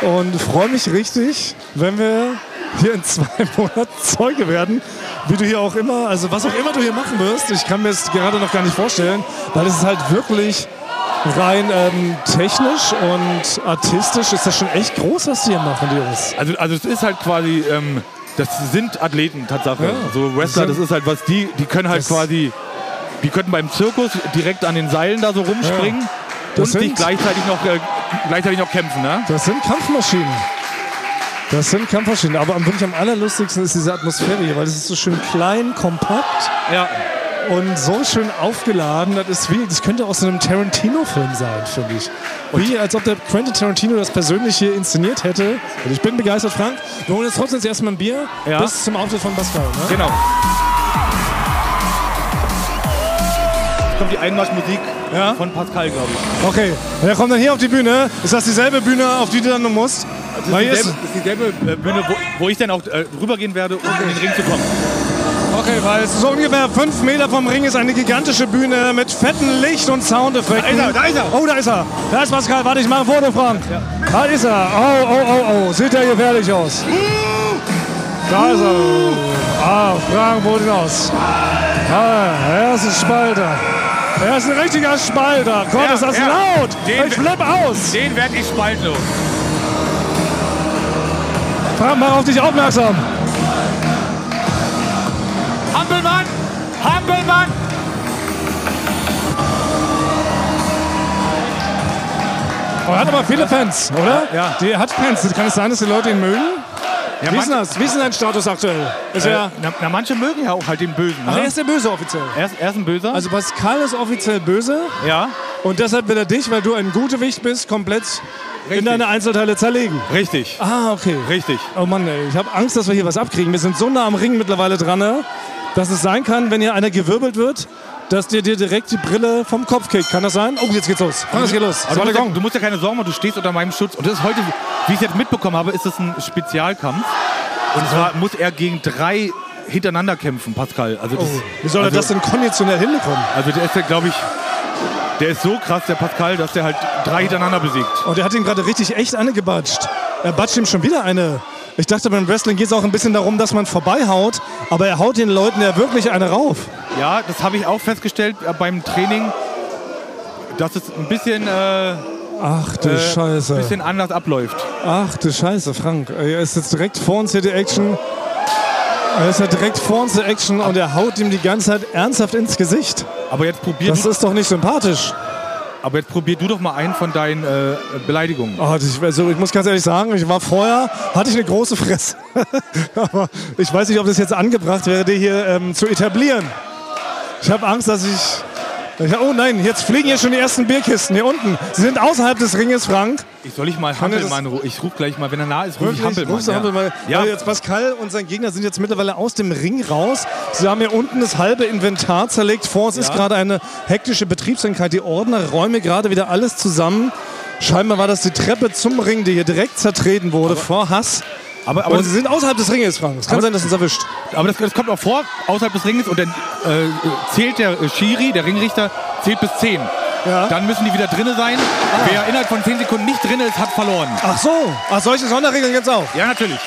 und freue mich richtig, wenn wir hier in zwei *laughs* Monaten Zeuge werden, wie du hier auch immer, also was auch immer du hier machen wirst, ich kann mir es gerade noch gar nicht vorstellen, weil es ist halt wirklich rein ähm, technisch und artistisch ist das schon echt groß, was die hier machen, die Jungs.
Also, also es ist halt quasi, ähm, das sind Athleten Tatsache.
Ja.
So Wrestler, das ist halt was, die, die können halt
Das-
quasi, die könnten beim Zirkus direkt an den Seilen da so rumspringen und
Das
sich
sind-
gleichzeitig noch, äh, gleichzeitig noch kämpfen. Ne?
Das sind Kampfmaschinen. Das sind Kampfmaschinen, aber am wirklich am allerlustigsten ist diese Atmosphäre hier, weil es ist so schön klein, kompakt.
Ja.
und so schön aufgeladen. Das ist wie, das könnte aus einem Tarantino-Film sein, finde ich. Wie, als ob der Quentin Tarantino das persönlich hier inszeniert hätte. Und ich bin begeistert, Frank. Wir holen jetzt trotzdem jetzt erstmal ein Bier
Ja.
bis zum Auftritt von Pascal. Ne?
Genau. Kommt die Einmarschmusik
Ja.
von Pascal, glaube ich.
Okay, und er kommt dann hier auf die Bühne. Ist das dieselbe Bühne, auf die du dann noch musst? Weil hier ist,
Das ist Also dieselbe äh, Bühne, wo, wo ich dann auch äh, rübergehen werde, um in den Ring zu kommen.
okay, weil es ist so ungefähr fünf Meter vom Ring ist eine gigantische Bühne mit fettem Licht und Soundeffekten.
Da ist er, da ist er.
Oh, da ist er. Da ist Pascal. Warte, ich mache ein Foto, Frank. Da ist er. Oh, oh, oh, oh. Sieht er gefährlich aus. Da ist er. Ah, Frank wurde hinaus. Ah, er ist ein Spalter. Er ist ein richtiger Spalter. Gott,
Ja,
ist das
ja.
laut.
Den-
ich flipp aus.
Den werde ich spalten.
Frank, mach auf dich aufmerksam.
Hampelmann! Hampelmann!
Oh, er hat aber viele Fans, oder?
Ja.
Die hat Fans. Kann es sein, dass die Leute ihn mögen?
Ja,
Wie
manche-
ist denn das? Wie ist denn dein Status aktuell? Ist er,
na, na, manche mögen ja auch halt den Bösen.
ach, er
Ne?
Äh, ist der Böse offiziell.
Er, ist, er ist ein Böser.
Also Pascal ist offiziell böse
ja,
und deshalb will er dich, weil du ein Gutewicht bist, komplett in
Richtig.
deine Einzelteile zerlegen.
richtig.
Ah, okay.
Richtig.
Oh Mann, ey, ich habe Angst, dass wir hier was abkriegen. Wir sind so nah am Ring mittlerweile dran, ne, dass es sein kann, wenn hier einer gewirbelt wird, dass dir dir direkt die Brille vom Kopf kickt. Kann das sein? Oh, jetzt geht's los. Komm, es geht los.
Aber Also
Zweiter
du, musst ja,
Gong.
du musst ja keine Sorgen machen, du stehst unter meinem Schutz. Und das ist heute, wie ich es jetzt mitbekommen habe, ist das ein Spezialkampf. Und zwar muss er gegen drei hintereinander kämpfen, Pascal. Also das,
Wie soll er
also,
das denn konditionell hinbekommen?
Also der ist ja, glaube ich, der ist so krass, der Pascal, dass der halt drei hintereinander besiegt.
Und er hat ihn gerade richtig echt angebatscht. Er batscht ihm schon wieder eine. Ich dachte, beim Wrestling geht es auch ein bisschen darum, dass man vorbeihaut, aber er haut den Leuten ja wirklich eine rauf.
Ja, das habe ich auch festgestellt äh, beim Training, dass es ein bisschen, äh,
Ach du
äh,
Scheiße.
ein bisschen anders abläuft.
Ach du Scheiße, Frank. Ey, Er ist jetzt direkt vor uns hier die Action. Er ist ja direkt vor uns die Action und er haut ihm die ganze Zeit ernsthaft ins Gesicht.
Aber jetzt probier,
Das
du,
ist doch nicht sympathisch.
aber jetzt probier du doch mal einen von deinen äh, Beleidigungen.
Oh, ich, also ich muss ganz ehrlich sagen, ich war vorher, hatte ich eine große Fresse. *laughs* Aber ich weiß nicht, ob das jetzt angebracht wäre, die hier ähm, zu etablieren. Ich habe Angst, dass ich, ich... Oh nein, jetzt fliegen hier schon die ersten Bierkisten hier unten. Sie sind außerhalb des Ringes, Frank.
Ich soll ich mal
er
Hampelmann rufen? Ich rufe gleich mal, wenn er nah ist, rufe ich
Wirklich?
Hampelmann.
Rufst du Hampelmann?
Ja.
Weil
Ja.
jetzt Pascal und sein Gegner sind jetzt mittlerweile aus dem Ring raus. Sie haben hier unten das halbe Inventar zerlegt. Vor uns ist gerade eine hektische Betriebseinheit. Die Ordner räumen gerade wieder alles zusammen. Scheinbar war das die Treppe zum Ring, die hier direkt zertreten wurde vor Hass.
Aber,
Aber
aber,
und sie sind außerhalb des Ringes, Frank. Es kann sein, dass uns erwischt.
aber das, das kommt auch vor, außerhalb des Ringes. Und dann äh, zählt der äh, Schiri, der Ringrichter, zählt bis 10.
Ja. Ah.
Dann müssen die wieder drinnen sein. Wer innerhalb von 10 Sekunden nicht drin ist, hat verloren.
Ach so. Ach, solche Sonderregeln gibt's auch.
Ja, natürlich.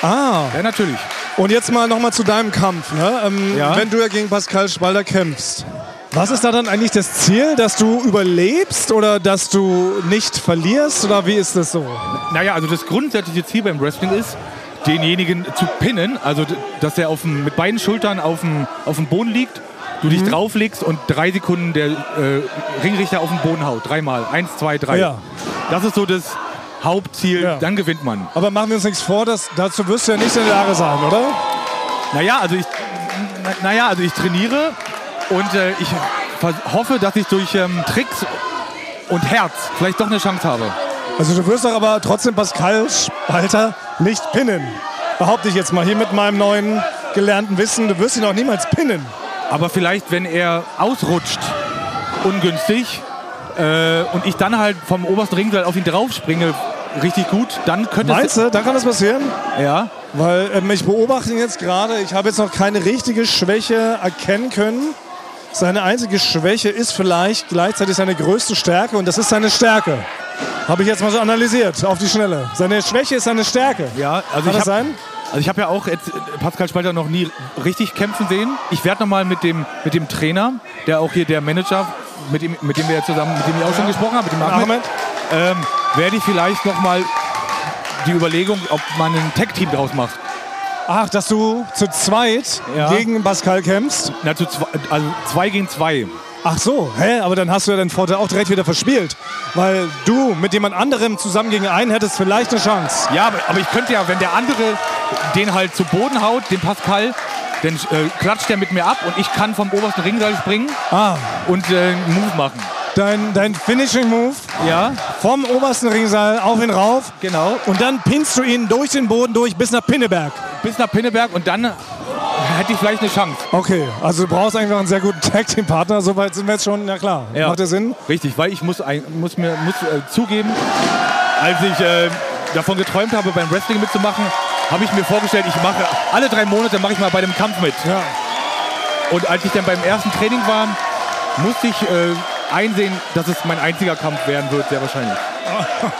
Ah.
Ja, natürlich.
Und jetzt mal nochmal zu deinem Kampf. Ne? Ähm,
Ja.
Wenn du ja gegen Pascal Spalder kämpfst, was ist da dann eigentlich das Ziel, dass du überlebst oder dass du nicht verlierst oder wie ist das so?
Naja, also das grundsätzliche Ziel beim Wrestling ist, denjenigen zu pinnen, also d- dass er auf dem, mit beiden Schultern auf dem, auf dem Boden liegt, du
Mhm.
dich drauflegst und drei Sekunden der äh, Ringrichter auf den Boden haut. Dreimal. Eins, zwei, drei.
Ja.
Das ist so das Hauptziel,
Ja.
dann gewinnt man.
Aber machen wir uns nichts vor, dass, dazu wirst du ja nicht in der Lage sein, oder?
Naja, also ich, na, naja, also ich trainiere und äh, ich vers- hoffe, dass ich durch ähm, Tricks und Herz vielleicht doch eine Chance habe.
Also du wirst doch aber trotzdem Pascal Spalter nicht pinnen. Behaupte ich jetzt mal hier mit meinem neuen gelernten Wissen, du wirst ihn auch niemals pinnen.
Aber vielleicht, wenn er ausrutscht, ungünstig, äh, und ich dann halt vom obersten Ringseil auf ihn draufspringe, richtig gut, dann könnte
Meinst du, da kann das passieren?
es... Ja,
Weil ähm, ich beobachte ihn jetzt gerade. Ich habe jetzt noch keine richtige Schwäche erkennen können. Seine einzige Schwäche ist vielleicht gleichzeitig seine größte Stärke und das ist seine Stärke. Habe ich jetzt mal so analysiert, auf die Schnelle. Seine Schwäche ist seine Stärke.
ja. Also
Kann
ich
das
hab,
sein?
also ich habe ja auch jetzt Pascal Spalter noch nie richtig kämpfen sehen. Ich werde nochmal mit dem, mit dem Trainer, der auch hier der Manager, mit dem, mit dem wir ja zusammen, mit dem ich auch schon gesprochen habe, mit dem Ahmed,
Ahmed?
ähm, werde ich vielleicht nochmal die Überlegung, ob man ein Tag-Team draus macht.
Ach, dass du zu zweit
Ja.
gegen Pascal kämpfst?
Na, zu zwei, also zwei gegen zwei.
Ach so, hä? Aber dann hast du ja deinen Vorteil auch direkt wieder verspielt. Weil du mit jemand anderem zusammen gegen einen hättest vielleicht eine Chance.
Ja, aber, aber ich könnte ja, wenn der andere den halt zu Boden haut, den Pascal, dann äh, klatscht der mit mir ab und ich kann vom obersten Ringseil springen
Ah,
und äh, einen Move machen.
dein, dein Finishing Move
Ja,
vom obersten Ringseil auf ihn rauf.
genau.
Und dann pinnst du ihn durch den Boden durch bis nach Pinneberg.
Bis nach Pinneberg und dann hätte ich vielleicht eine Chance.
Okay, also du brauchst eigentlich noch einen sehr guten *laughs* Tag Team Partner. Soweit sind wir jetzt schon. Ja klar,
Ja.
macht ja Sinn.
Richtig, weil ich muss, ein- muss mir muss, äh, zugeben, als ich äh, davon geträumt habe, beim Wrestling mitzumachen, habe ich mir vorgestellt, ich mache alle drei Monate mache ich mal bei dem Kampf mit.
Ja.
Und als ich dann beim ersten Training war, musste ich äh, einsehen, dass es mein einziger Kampf werden wird, sehr wahrscheinlich.
*laughs*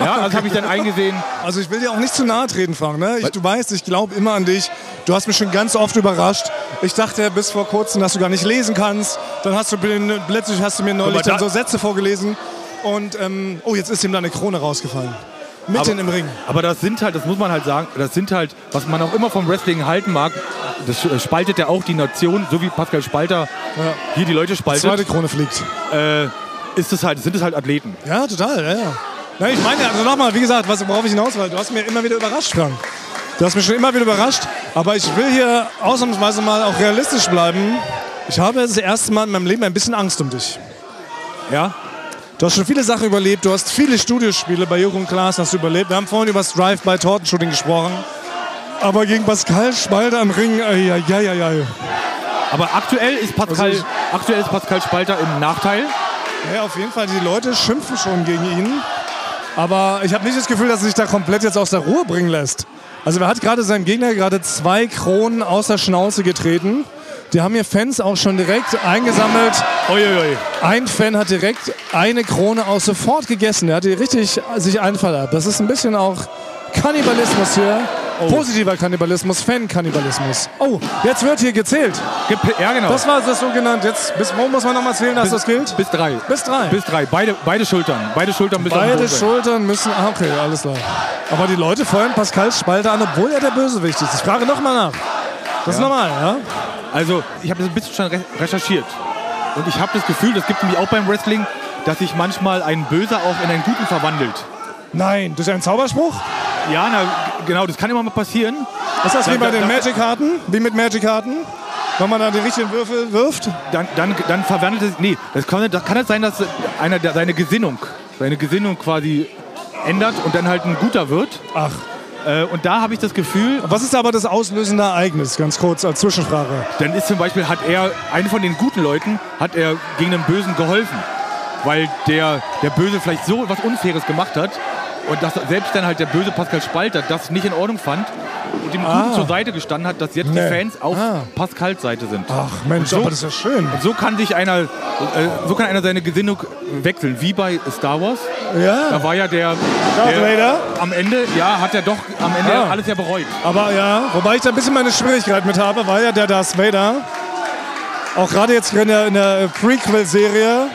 Ja, also habe ich dann eingesehen.
Also ich will dir auch nicht zu nahe treten, Frank. Ne? Ich, du weißt, ich glaube immer an dich. Du hast mich schon ganz oft überrascht. Ich dachte bis vor kurzem, dass du gar nicht lesen kannst. Dann hast du bin- plötzlich hast du mir neulich
Aber da-
dann so Sätze vorgelesen. Und ähm, oh, jetzt ist ihm da eine Krone rausgefallen. Mitten im Ring.
Aber das sind halt, das muss man halt sagen, das sind halt, was man auch immer vom Wrestling halten mag, das äh, spaltet ja auch die Nation, so wie Pascal Spalter
Ja.
hier die Leute
Zweite
spaltet.
Krone fliegt.
Äh, ist es halt, sind es halt Athleten.
Ja, total, ja, ja. Nein, ich meine, also nochmal, wie gesagt, was, worauf ich hinaus will, du hast mir immer wieder überrascht, Frank. Du hast mich schon immer wieder überrascht, aber ich will hier ausnahmsweise mal auch realistisch bleiben. Ich habe jetzt das erste Mal in meinem Leben ein bisschen Angst um dich. Ja? Du hast schon viele Sachen überlebt, du hast viele Studiospiele bei Jürgen und Klaas hast du überlebt. Wir haben vorhin über das Drive-by-Tortenshooting gesprochen. Aber gegen Pascal Schmalder am Ring, ja, ja, ja, ja.
Aber aktuell ist
Also
Pascal,
ich-
aktuell ist Pascal Spalter im Nachteil.
Ja, auf jeden Fall. Die Leute schimpfen schon gegen ihn. Aber ich habe nicht das Gefühl, dass er sich da komplett jetzt aus der Ruhe bringen lässt. Also er hat gerade seinem Gegner gerade zwei Kronen aus der Schnauze getreten. Die haben hier Fans auch schon direkt eingesammelt.
Uiuiui.
Ein Fan hat direkt eine Krone auch sofort gegessen. Der hat die richtig sich einfallen lassen. Das ist ein bisschen auch Kannibalismus hier.
Oh.
Positiver Kannibalismus, Fan-Kannibalismus. Oh, jetzt wird hier gezählt.
Gep- Ja, genau.
Das war das sogenannte. Jetzt bis wo muss man nochmal zählen, dass das gilt?
bis drei.
Bis drei.
Bis drei. Beide, beide Schultern. Beide Schultern müssen am
Beide
Boden sein.
Schultern müssen. Ah, okay, alles klar. Aber die Leute feuern Pascals Spalte an, obwohl er der Bösewicht ist. Ich frage nochmal nach. Das ist normal, ja?
Also, ich habe das ein bisschen schon re recherchiert. Und ich habe das Gefühl, das gibt nämlich auch beim Wrestling, dass sich manchmal ein Böser auch in einen Guten verwandelt.
Nein, durch einen Zauberspruch?
Ja, na, genau, das kann immer mal passieren.
Ist das wie
Nein,
bei
da-
den
da-
Magic-Karten? Wie mit Magic-Karten? Wenn man da die richtigen Würfel wirft?
Dann, dann, dann verwandelt es. Nee, das kann, das kann es sein, dass einer der, seine Gesinnung, seine Gesinnung quasi ändert und dann halt ein Guter wird.
Ach.
Äh, und da habe ich das Gefühl,
Was ist aber das auslösende Ereignis? Ganz kurz als Zwischenfrage.
Dann ist zum Beispiel, hat er, einen von den guten Leuten, hat er gegen den Bösen geholfen. Weil der, der Böse vielleicht so was Unfaires gemacht hat und dass selbst dann halt der böse Pascal Spalter das nicht in Ordnung fand und dem
Ah.
Guten zur Seite gestanden hat, dass jetzt
Nee.
die Fans auf
Ah.
Pascals Seite sind.
Ach Mensch,
so-
aber das ist ja schön.
So kann sich einer, äh, so kann einer seine Gesinnung wechseln, wie bei Star Wars. Da
Ja.
war ja der,
Darth Vader?
der am Ende, ja, hat er doch am Ende
Ah.
alles ja bereut.
Aber ja, wobei ich da ein bisschen meine Schwierigkeit mit habe, weil ja der Darth Vader, auch gerade jetzt in der, in der Prequel-Serie,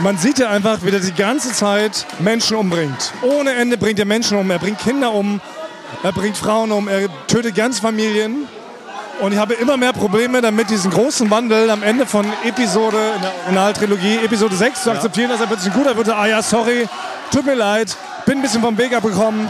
man sieht ja einfach, wie der die ganze Zeit Menschen umbringt. Ohne Ende bringt er Menschen um, er bringt Kinder um, er bringt Frauen um, er tötet ganz Familien. Und ich habe immer mehr Probleme damit, diesen großen Wandel am Ende von Episode, in der Originaltrilogie, Episode 6 zu akzeptieren, dass er plötzlich ein guter wird. Ah ja, sorry, tut mir leid, bin ein bisschen vom Weg abgekommen.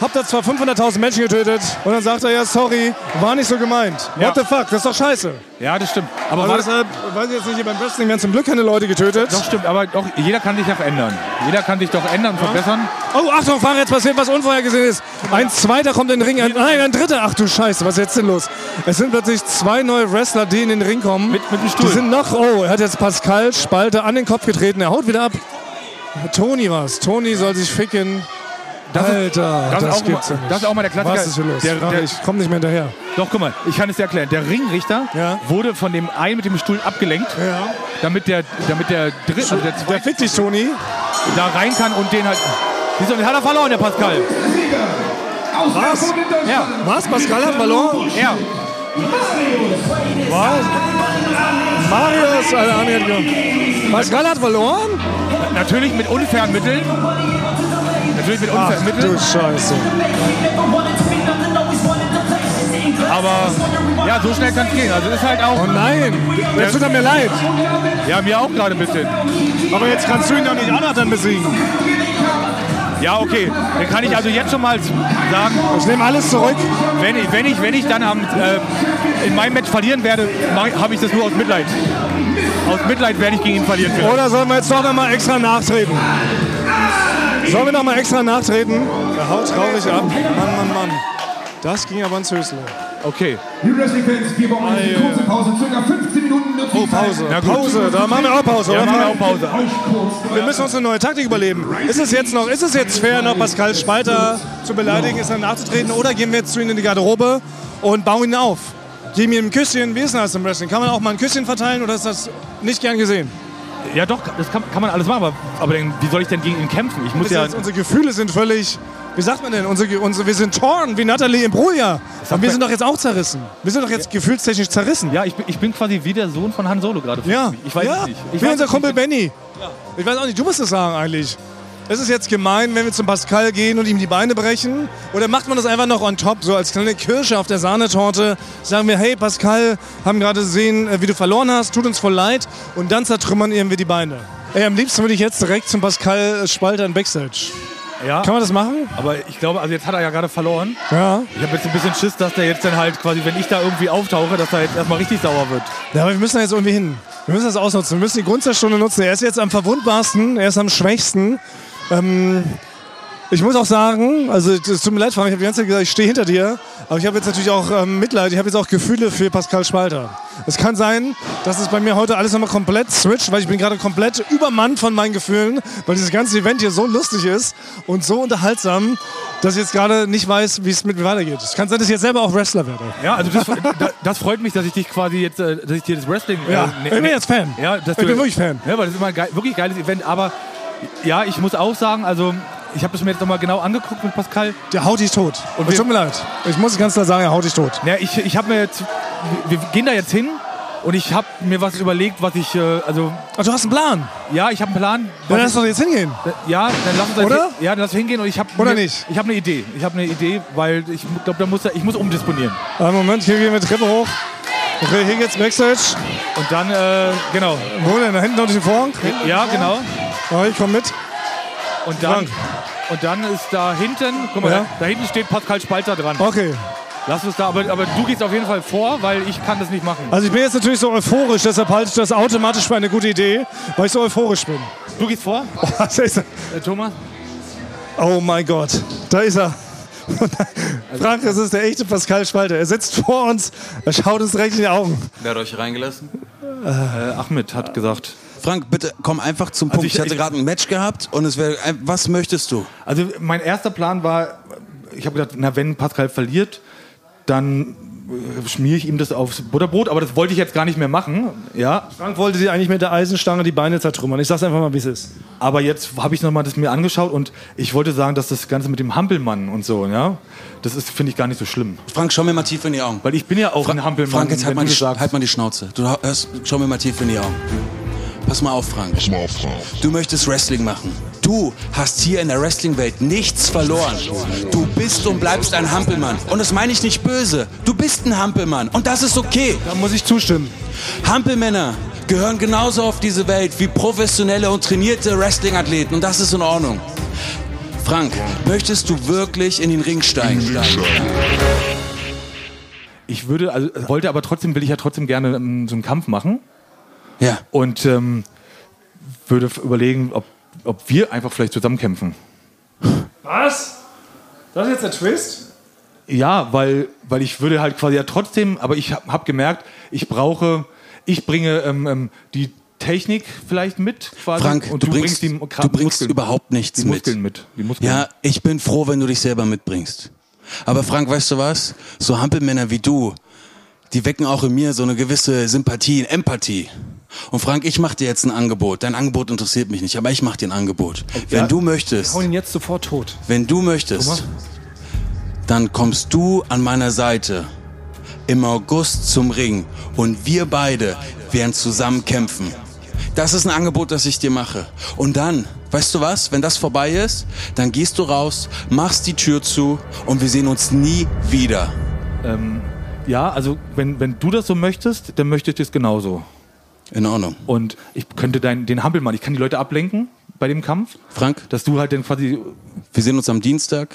Hab da zwar 500.000 Menschen getötet und dann sagt er, ja, sorry, war nicht so gemeint.
Ja.
What the fuck, das ist doch scheiße.
Ja, das stimmt. Aber
Also
war das,
deshalb, weiß ich jetzt nicht, hier beim Wrestling werden zum Glück keine Leute getötet.
Doch, stimmt, aber doch, jeder kann sich doch ändern. Jeder kann sich doch ändern, verbessern.
Oh, Achtung, Fahrer, jetzt passiert was Unvorhergesehenes. Ein zweiter kommt in den Ring. Ein, nein, ein dritter. Ach du Scheiße, was ist jetzt denn los? Es sind plötzlich zwei neue Wrestler, die in den Ring kommen.
Mit- mit dem Stuhl.
Die sind noch. Oh, er hat jetzt Pascal Spalte an den Kopf getreten. Er haut wieder ab. Toni war's. Toni soll sich ficken.
Das ist-
Alter,
das
das,
ist auch
gibt's
mal-
ja nicht.
das ist auch mal der Klassiker.
Was ist hier los?
Der-
Frage,
der-
ich komme nicht mehr hinterher.
Doch, guck mal, ich kann es dir erklären. Der Ringrichter
Ja.
wurde von dem einen mit dem Stuhl abgelenkt, damit der, damit der dritte, also der
Der
zweite
fickt dich, Toni.
da rein kann und den halt. Siehst du, den hat er verloren, der Pascal.
Was?
Ja,
Was? Pascal hat verloren?
er.
Was? Marius, Alter, Arne hat gewonnen. Pascal hat verloren?
Natürlich mit unfairen Mitteln. Natürlich mit
Ach
unfairen
du
Mitteln.
Scheiße.
Aber ja, so schnell kann es gehen. Also ist halt
Oh
auch.
nein, jetzt tut er mir leid.
Ja, mir auch gerade ein bisschen.
Aber jetzt kannst du ihn doch nicht anders dann besiegen.
Ja, okay. Dann kann ich also jetzt schon mal sagen,
Ich nehme alles zurück.
Wenn ich, wenn ich, wenn ich dann am, äh, in meinem Match verlieren werde, habe ich das nur aus Mitleid. Aus Mitleid werde ich gegen ihn verlieren. Vielleicht.
Oder sollen wir jetzt doch nochmal extra nachtreten? Sollen wir nochmal extra nachtreten? Er haut traurig ab. Mann, Mann, Mann. Das ging aber ins Hösle.
Okay.
Liebe Wrestling-Fans, wir brauchen jetzt eine kurze Pause, circa 15 Minuten. Nutzen
Oh, Pause.
Na gut.
Pause, da machen wir auch Pause,
Ja,
oder?
machen wir auch Pause.
euch kurz
Wir müssen uns eine neue Taktik überleben. Ist es jetzt noch, ist es jetzt fair, noch Pascal Spalter zu beleidigen, ist dann nachzutreten, oder gehen wir jetzt zu ihm in die Garderobe und bauen ihn auf? Geben ihm ein Küsschen, wie ist denn das im Wrestling? Kann man auch mal ein Küsschen verteilen oder ist das nicht gern gesehen?
Ja doch, das kann, kann man alles machen, aber, aber dann, wie soll ich denn gegen ihn kämpfen? Ich muss
Ist
ja.
jetzt, unsere Gefühle sind völlig, wie sagt man denn, unsere, unsere, wir sind torn, wie Natalie Imbruglia. Aber wir
man-
sind doch jetzt auch zerrissen. Wir sind doch jetzt gefühlstechnisch zerrissen.
Ja, ich bin, ich bin quasi wie der Sohn von Han Solo gerade.
Ja,
Ich weiß
ja.
es nicht. Ich
Wie
weiß
unser
es
Kumpel
nicht.
Benny. Ich weiß auch nicht, du musst es sagen eigentlich. Ist es jetzt gemein, wenn wir zum Pascal gehen und ihm die Beine brechen? Oder macht man das einfach noch on top, so als kleine Kirsche auf der Sahnetorte? Sagen wir, hey Pascal, haben gerade gesehen, äh, wie du verloren hast, tut uns voll leid. Und dann zertrümmern irgendwie die Beine. Ey, am liebsten würde ich jetzt direkt zum Pascal Spalter in äh, Backstage.
Ja.
Kann man das machen?
Aber ich glaube, also jetzt hat er ja gerade verloren.
Ja.
Ich habe jetzt ein bisschen Schiss, dass der jetzt dann halt quasi, wenn ich da irgendwie auftauche, dass er jetzt erstmal richtig sauer wird.
Ja, aber wir müssen da jetzt irgendwie hin. Wir müssen das ausnutzen. Wir müssen die Grundsatzstunde nutzen. Er ist jetzt am verwundbarsten, er ist am schwächsten. Ähm, ich muss auch sagen, also es tut mir leid, Frank, ich habe die ganze Zeit gesagt, ich stehe hinter dir. Aber ich habe jetzt natürlich auch ähm, Mitleid, ich habe jetzt auch Gefühle für Pascal Spalter. Es kann sein, dass es bei mir heute alles nochmal komplett switcht, weil ich bin gerade komplett übermannt von meinen Gefühlen, weil dieses ganze Event hier so lustig ist und so unterhaltsam, dass ich jetzt gerade nicht weiß, wie es mit mir weitergeht. Es kann sein, dass ich jetzt selber auch Wrestler werde.
Ja, also *laughs* das, da- das freut mich, dass ich dich quasi jetzt, äh, dass ich dir das Wrestling. äh,
Ja,
ne-
ich bin jetzt Fan.
Ja, dass
Ich bin wirklich Fan.
Ja, weil das ist immer ein geil, wirklich geiles Event. Aber ja, ich muss auch sagen, also ich habe das mir jetzt nochmal genau angeguckt mit Pascal.
Der haut dich tot.
Und
Und es
wir-
tut mir leid. Ich muss es ganz klar sagen, er haut dich tot.
Ja, ich, ich habe mir jetzt, wir wir gehen da jetzt hin und ich habe mir was überlegt, was ich, äh, also
Ach, du hast einen Plan.
ja, ich habe einen Plan.
Dann
was
lass doch jetzt hingehen.
Ja, dann lass uns jetzt-
Oder?
Ja, dann lass uns hingehen und ich habe
Oder nicht?
Ich habe eine Idee. Ich habe eine Idee, weil ich glaube, da muss er- ich muss umdisponieren.
Aber Äh, Moment, hier gehen wir Treppe hoch. Okay, hier geht's Backstage.
Und dann äh, genau.
Wo denn? Da hinten noch den Vorhang?
Ja, genau.
Oh, ich komm mit.
Und dann und dann ist da hinten, guck mal,
Ja.
da, da hinten steht Pascal Spalter dran.
Okay.
Lass uns da, aber, aber du gehst auf jeden Fall vor, weil ich kann das nicht machen.
Also ich bin jetzt natürlich so euphorisch, deshalb halte ich das automatisch für eine gute Idee, weil ich so euphorisch bin. *laughs*
Du gehst vor,
Oh, da ist er.
äh, Thomas.
oh mein Gott, da ist er. *laughs* Frank, das ist der echte Pascal Spalter. Er sitzt vor uns, er schaut uns direkt in die Augen.
Wer hat euch hier reingelassen?
Äh, Ahmed hat gesagt.
Frank, bitte komm einfach zum Punkt.
Also ich-
ich hatte
ich-
gerade ein Match gehabt und es wäre. ein- Was möchtest du?
Also mein erster Plan war, ich habe gedacht, na wenn Pascal verliert, dann äh, schmiere ich ihm das aufs Butterbrot, aber das wollte ich jetzt gar nicht mehr machen. Ja,
Frank wollte dir eigentlich mit der Eisenstange die Beine zertrümmern. Ich sag's einfach mal, wie es ist.
Aber jetzt habe ich noch mal das mir angeschaut und ich wollte sagen, dass das Ganze mit dem Hampelmann und so, ja, das ist finde ich gar nicht so schlimm,
Frank, schau mir mal tief in die Augen.
weil ich bin ja auch ein Hampelmann.
Frank, jetzt halt
wenn
mal,
du
die,
das sagst.
halt mal die Schnauze. Du hörst, schau mir mal tief in die Augen. Pass mal auf, Frank. Pass mal auf, Frank. Du möchtest Wrestling machen. Du hast hier in der Wrestling-Welt nichts verloren. Du bist und bleibst ein Hampelmann. Und das meine ich nicht böse. Du bist ein Hampelmann. Und das ist okay.
Da muss ich zustimmen.
Hampelmänner gehören genauso auf diese Welt wie professionelle und trainierte Wrestling-Athleten und das ist in Ordnung. Frank, möchtest du wirklich in den Ring steigen?
ich würde, also wollte aber trotzdem will ich ja trotzdem gerne ähm, so einen Kampf machen
Ja.
und ähm, würde f- überlegen, ob, ob wir einfach vielleicht zusammen kämpfen.
Was? Das ist jetzt der Twist?
Ja, weil, weil ich würde halt quasi ja trotzdem, aber ich habe hab gemerkt, ich brauche, ich bringe ähm, ähm, die Technik vielleicht mit, quasi.
Frank,
und
du bringst- du bringst überhaupt nichts
die
mit.
Muskeln mit. Die Muskeln.
Ja, ich bin froh, wenn du dich selber mitbringst. Aber Frank, weißt du was? So Hampelmänner wie du, die wecken auch in mir so eine gewisse Sympathie, Empathie. Und Frank, ich mach dir jetzt ein Angebot. Dein Angebot interessiert mich nicht, aber ich mach dir ein Angebot. Wenn du möchtest,
ihn jetzt sofort tot.
Wenn du möchtest, dann kommst du an meiner Seite im August zum Ring und wir beide werden zusammen kämpfen. Das ist ein Angebot, das ich dir mache. Und dann, weißt du was, wenn das vorbei ist, dann gehst du raus, machst die Tür zu und wir sehen uns nie wieder.
Ja, also wenn, wenn du das so möchtest, dann möchte ich das genauso.
In Ordnung.
Und ich könnte dein, den Hampelmann, ich kann die Leute ablenken bei dem Kampf,
Frank,
dass du halt dann quasi,
wir sehen uns am Dienstag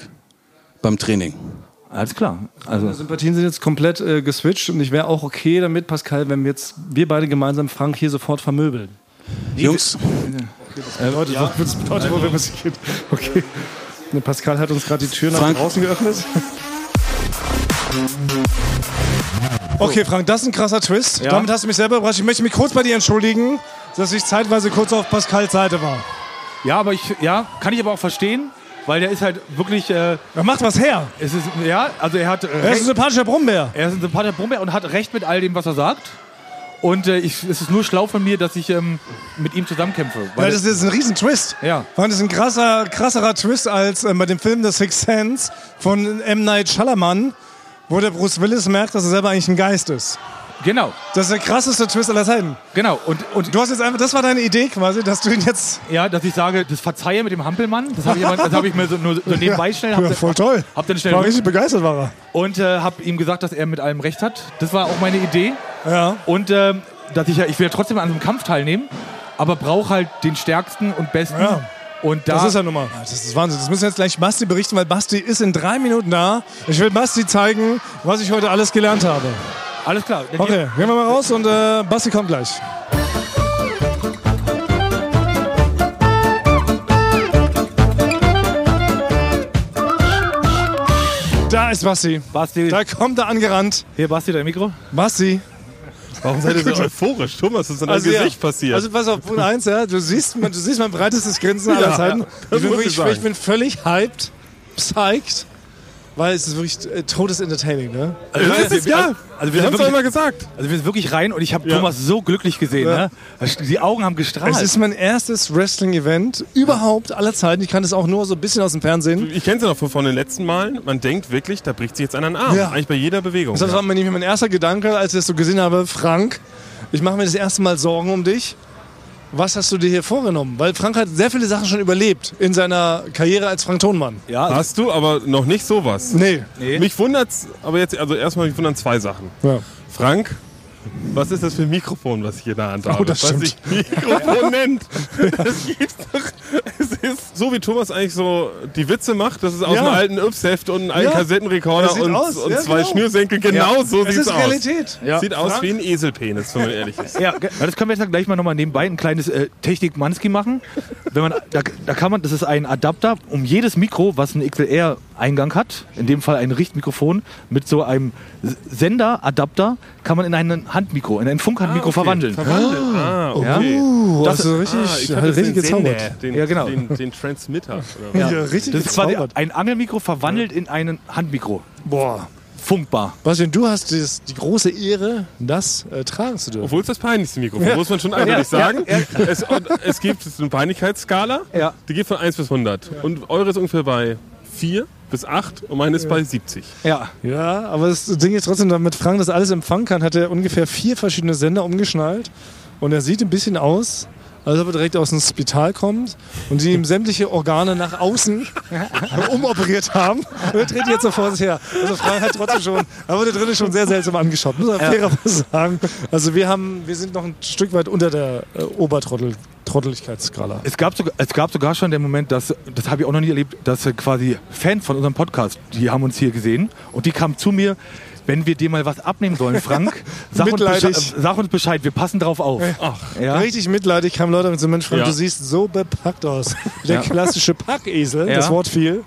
beim Training.
alles klar. Also,
Sympathien sind jetzt komplett äh, geswitcht und ich wäre auch okay damit, Pascal, wenn wir jetzt wir beide gemeinsam Frank hier sofort vermöbeln.
Jungs,
Äh, Leute, ja. was bedeutet, wo wir was geht? Okay. Ne, Pascal hat uns gerade die Tür nach
Frank.
draußen geöffnet. Okay, Frank, das ist ein krasser Twist. Damit hast du mich selber überrascht. Ich möchte mich kurz bei dir entschuldigen, dass ich zeitweise kurz auf Pascals Seite war.
ja, aber ich, ja, kann ich aber auch verstehen, weil der ist halt wirklich, äh,
Er macht was her.
es ist, ja, also er hat,
Er ist ein
recht,
sympathischer Brummbär.
er ist ein sympathischer Brummbär und hat recht mit all dem, was er sagt. Und äh, ich, es ist nur schlau von mir, dass ich ähm, mit ihm zusammenkämpfe.
Weil
Weil
das ist jetzt ein riesen Twist.
Ja.
Fand es ein krasser, krasserer Twist als äh, bei dem Film The Sixth Sense von M. Night Shyamalan, wo der Bruce Willis merkt, dass er selber eigentlich ein Geist ist.
genau,
Das ist der krasseste Twist aller Zeiten.
genau. Und, und
Du hast jetzt einfach, das war deine Idee quasi, dass du ihn jetzt.
ja, dass ich sage, das verzeihe mit dem Hampelmann, das habe ich, immer- das hab ich mir so, nur so nebenbei schnell. hab
Ja,
dann-
voll toll.
hab dann schnell
war
Lust-
richtig begeistert war er.
und äh, habe ihm gesagt, dass er mit allem recht hat. Das war auch meine Idee.
Ja.
Und ähm, dass ich ja, ich will ja trotzdem an so einem Kampf teilnehmen, aber brauche halt den stärksten und besten.
Ja.
Und da
Das ist ja nun mal. Ah, Das ist Wahnsinn. Das müssen wir jetzt gleich Basti berichten, weil Basti ist in drei Minuten da. Ich will Basti zeigen, was ich heute alles gelernt habe.
alles klar.
Okay, gehen wir mal raus und äh, Basti kommt gleich. Da ist Basti.
Basti,
Da kommt er angerannt.
hier Basti, dein Mikro.
Basti.
Warum seid ihr so euphorisch? Thomas, was ist denn deinem
ja.
Gesicht passiert?
Also pass auf, Punkt 1, ja, du, siehst, mein- du siehst mein breitestes Grinsen aller
Ja,
Zeiten.
ja,
ich,
das
bin
muss
wirklich,
ich sagen.
ich bin völlig hyped, psyched, weil es ist wirklich äh, totes Entertaining, ne?
Also,
das ist, ja,
also wir,
wir haben
sind
es doch immer
wirklich,
gesagt.
also wir sind wirklich rein und ich habe Thomas so glücklich gesehen. Ne? Die Augen haben gestrahlt.
Es ist mein erstes Wrestling-Event überhaupt aller Zeiten. Ich kann das auch nur so ein bisschen aus dem Fernsehen.
Ich kenne sie noch von, von den letzten Malen. Man denkt wirklich, da bricht sich jetzt einer einen Arm.
Ja.
Eigentlich bei jeder Bewegung.
Das war
Ja.
mir nämlich mein erster Gedanke, als ich das so gesehen habe. Frank, ich mache mir das erste Mal Sorgen um dich. Was hast du dir hier vorgenommen? Weil Frank hat sehr viele Sachen schon überlebt in seiner Karriere als Frank Thonmann.
ja, also,
Hast du aber noch nicht sowas.
Nee.
Mich wundert's, aber jetzt, also erstmal mich wundern zwei Sachen.
Ja.
Frank, was ist das für ein Mikrofon, was ich hier in der Hand habe?
Oh, das
was
stimmt.
sich Mikrofon nennt. Das gibt's doch. Es ist so wie Thomas eigentlich so die Witze macht, das ist aus
Ja.
einem alten Yps-Heft und einem alten
Ja. Das
Kassettenrekorder
sieht
und,
aus.
und
Ja,
zwei
genau.
Schnürsenkel. Genau so
Es
sieht's
ist
aus.
Realität.
Sieht aus wie ein Eselpenis, wenn man ehrlich ist.
ja, ge- das können wir jetzt gleich mal nochmal nebenbei ein kleines äh, Technik-Manski machen. Wenn man, da, da kann man, das ist ein Adapter, um jedes Mikro, was einen XLR-Eingang hat, in dem Fall ein Richtmikrofon, mit so einem S- Sender-Adapter, kann man in ein Handmikro, in ein Funkhandmikro verwandeln.
Ah, okay.
Uh,
Das-
das ist richtig,
Ah, ich hab jetzt
richtig
den Sender,
gezaubert.
Den,
Ja, genau.
den, den Transmitter. Oder was?
Ja. richtig
Das ist quasi
gezaubert.
ein Angelmikro verwandelt in ein Handmikro.
Boah.
Funkbar.
Bastian, du hast das, die große Ehre, das äh, tragen zu dürfen.
Obwohl es das peinlichste Mikrofon, muss man schon eindeutig sagen. Es, und es gibt eine Peinlichkeitsskala,
Ja.
die geht von 1 bis 100. Und eure ist ungefähr bei 4 bis 8 und meine ist bei 70.
Ja.
Ja, aber das Ding ist trotzdem, damit Frank das alles empfangen kann, hat er ungefähr vier verschiedene Sender umgeschnallt. Und er sieht ein bisschen aus, als ob er direkt aus dem Spital kommt und die ihm sämtliche Organe nach außen *laughs* umoperiert haben. Und er dreht die jetzt so vor sich her. Also Frank hat trotzdem schon, er wurde drinnen schon sehr seltsam angeschaut, muss man fairerweise sagen. Also wir haben, wir sind noch ein Stück weit unter der äh, Obertrotteligkeitsskala.
Es gab, sogar, es gab sogar schon den Moment, dass, das habe ich auch noch nie erlebt, dass äh, quasi Fans von unserem Podcast, die haben uns hier gesehen und die kamen zu mir, wenn wir dir mal was abnehmen sollen, *laughs* Frank, sag, uns
Mitleidig.
Bescheid, äh, sag uns Bescheid, wir passen drauf auf. ja.
Richtig mitleidig kamen Leute mit so Mensch, Frank,
Ja.
du siehst so bepackt
*laughs*
aus. Wie Der klassische Packesel,
Ja.
das Wort fiel.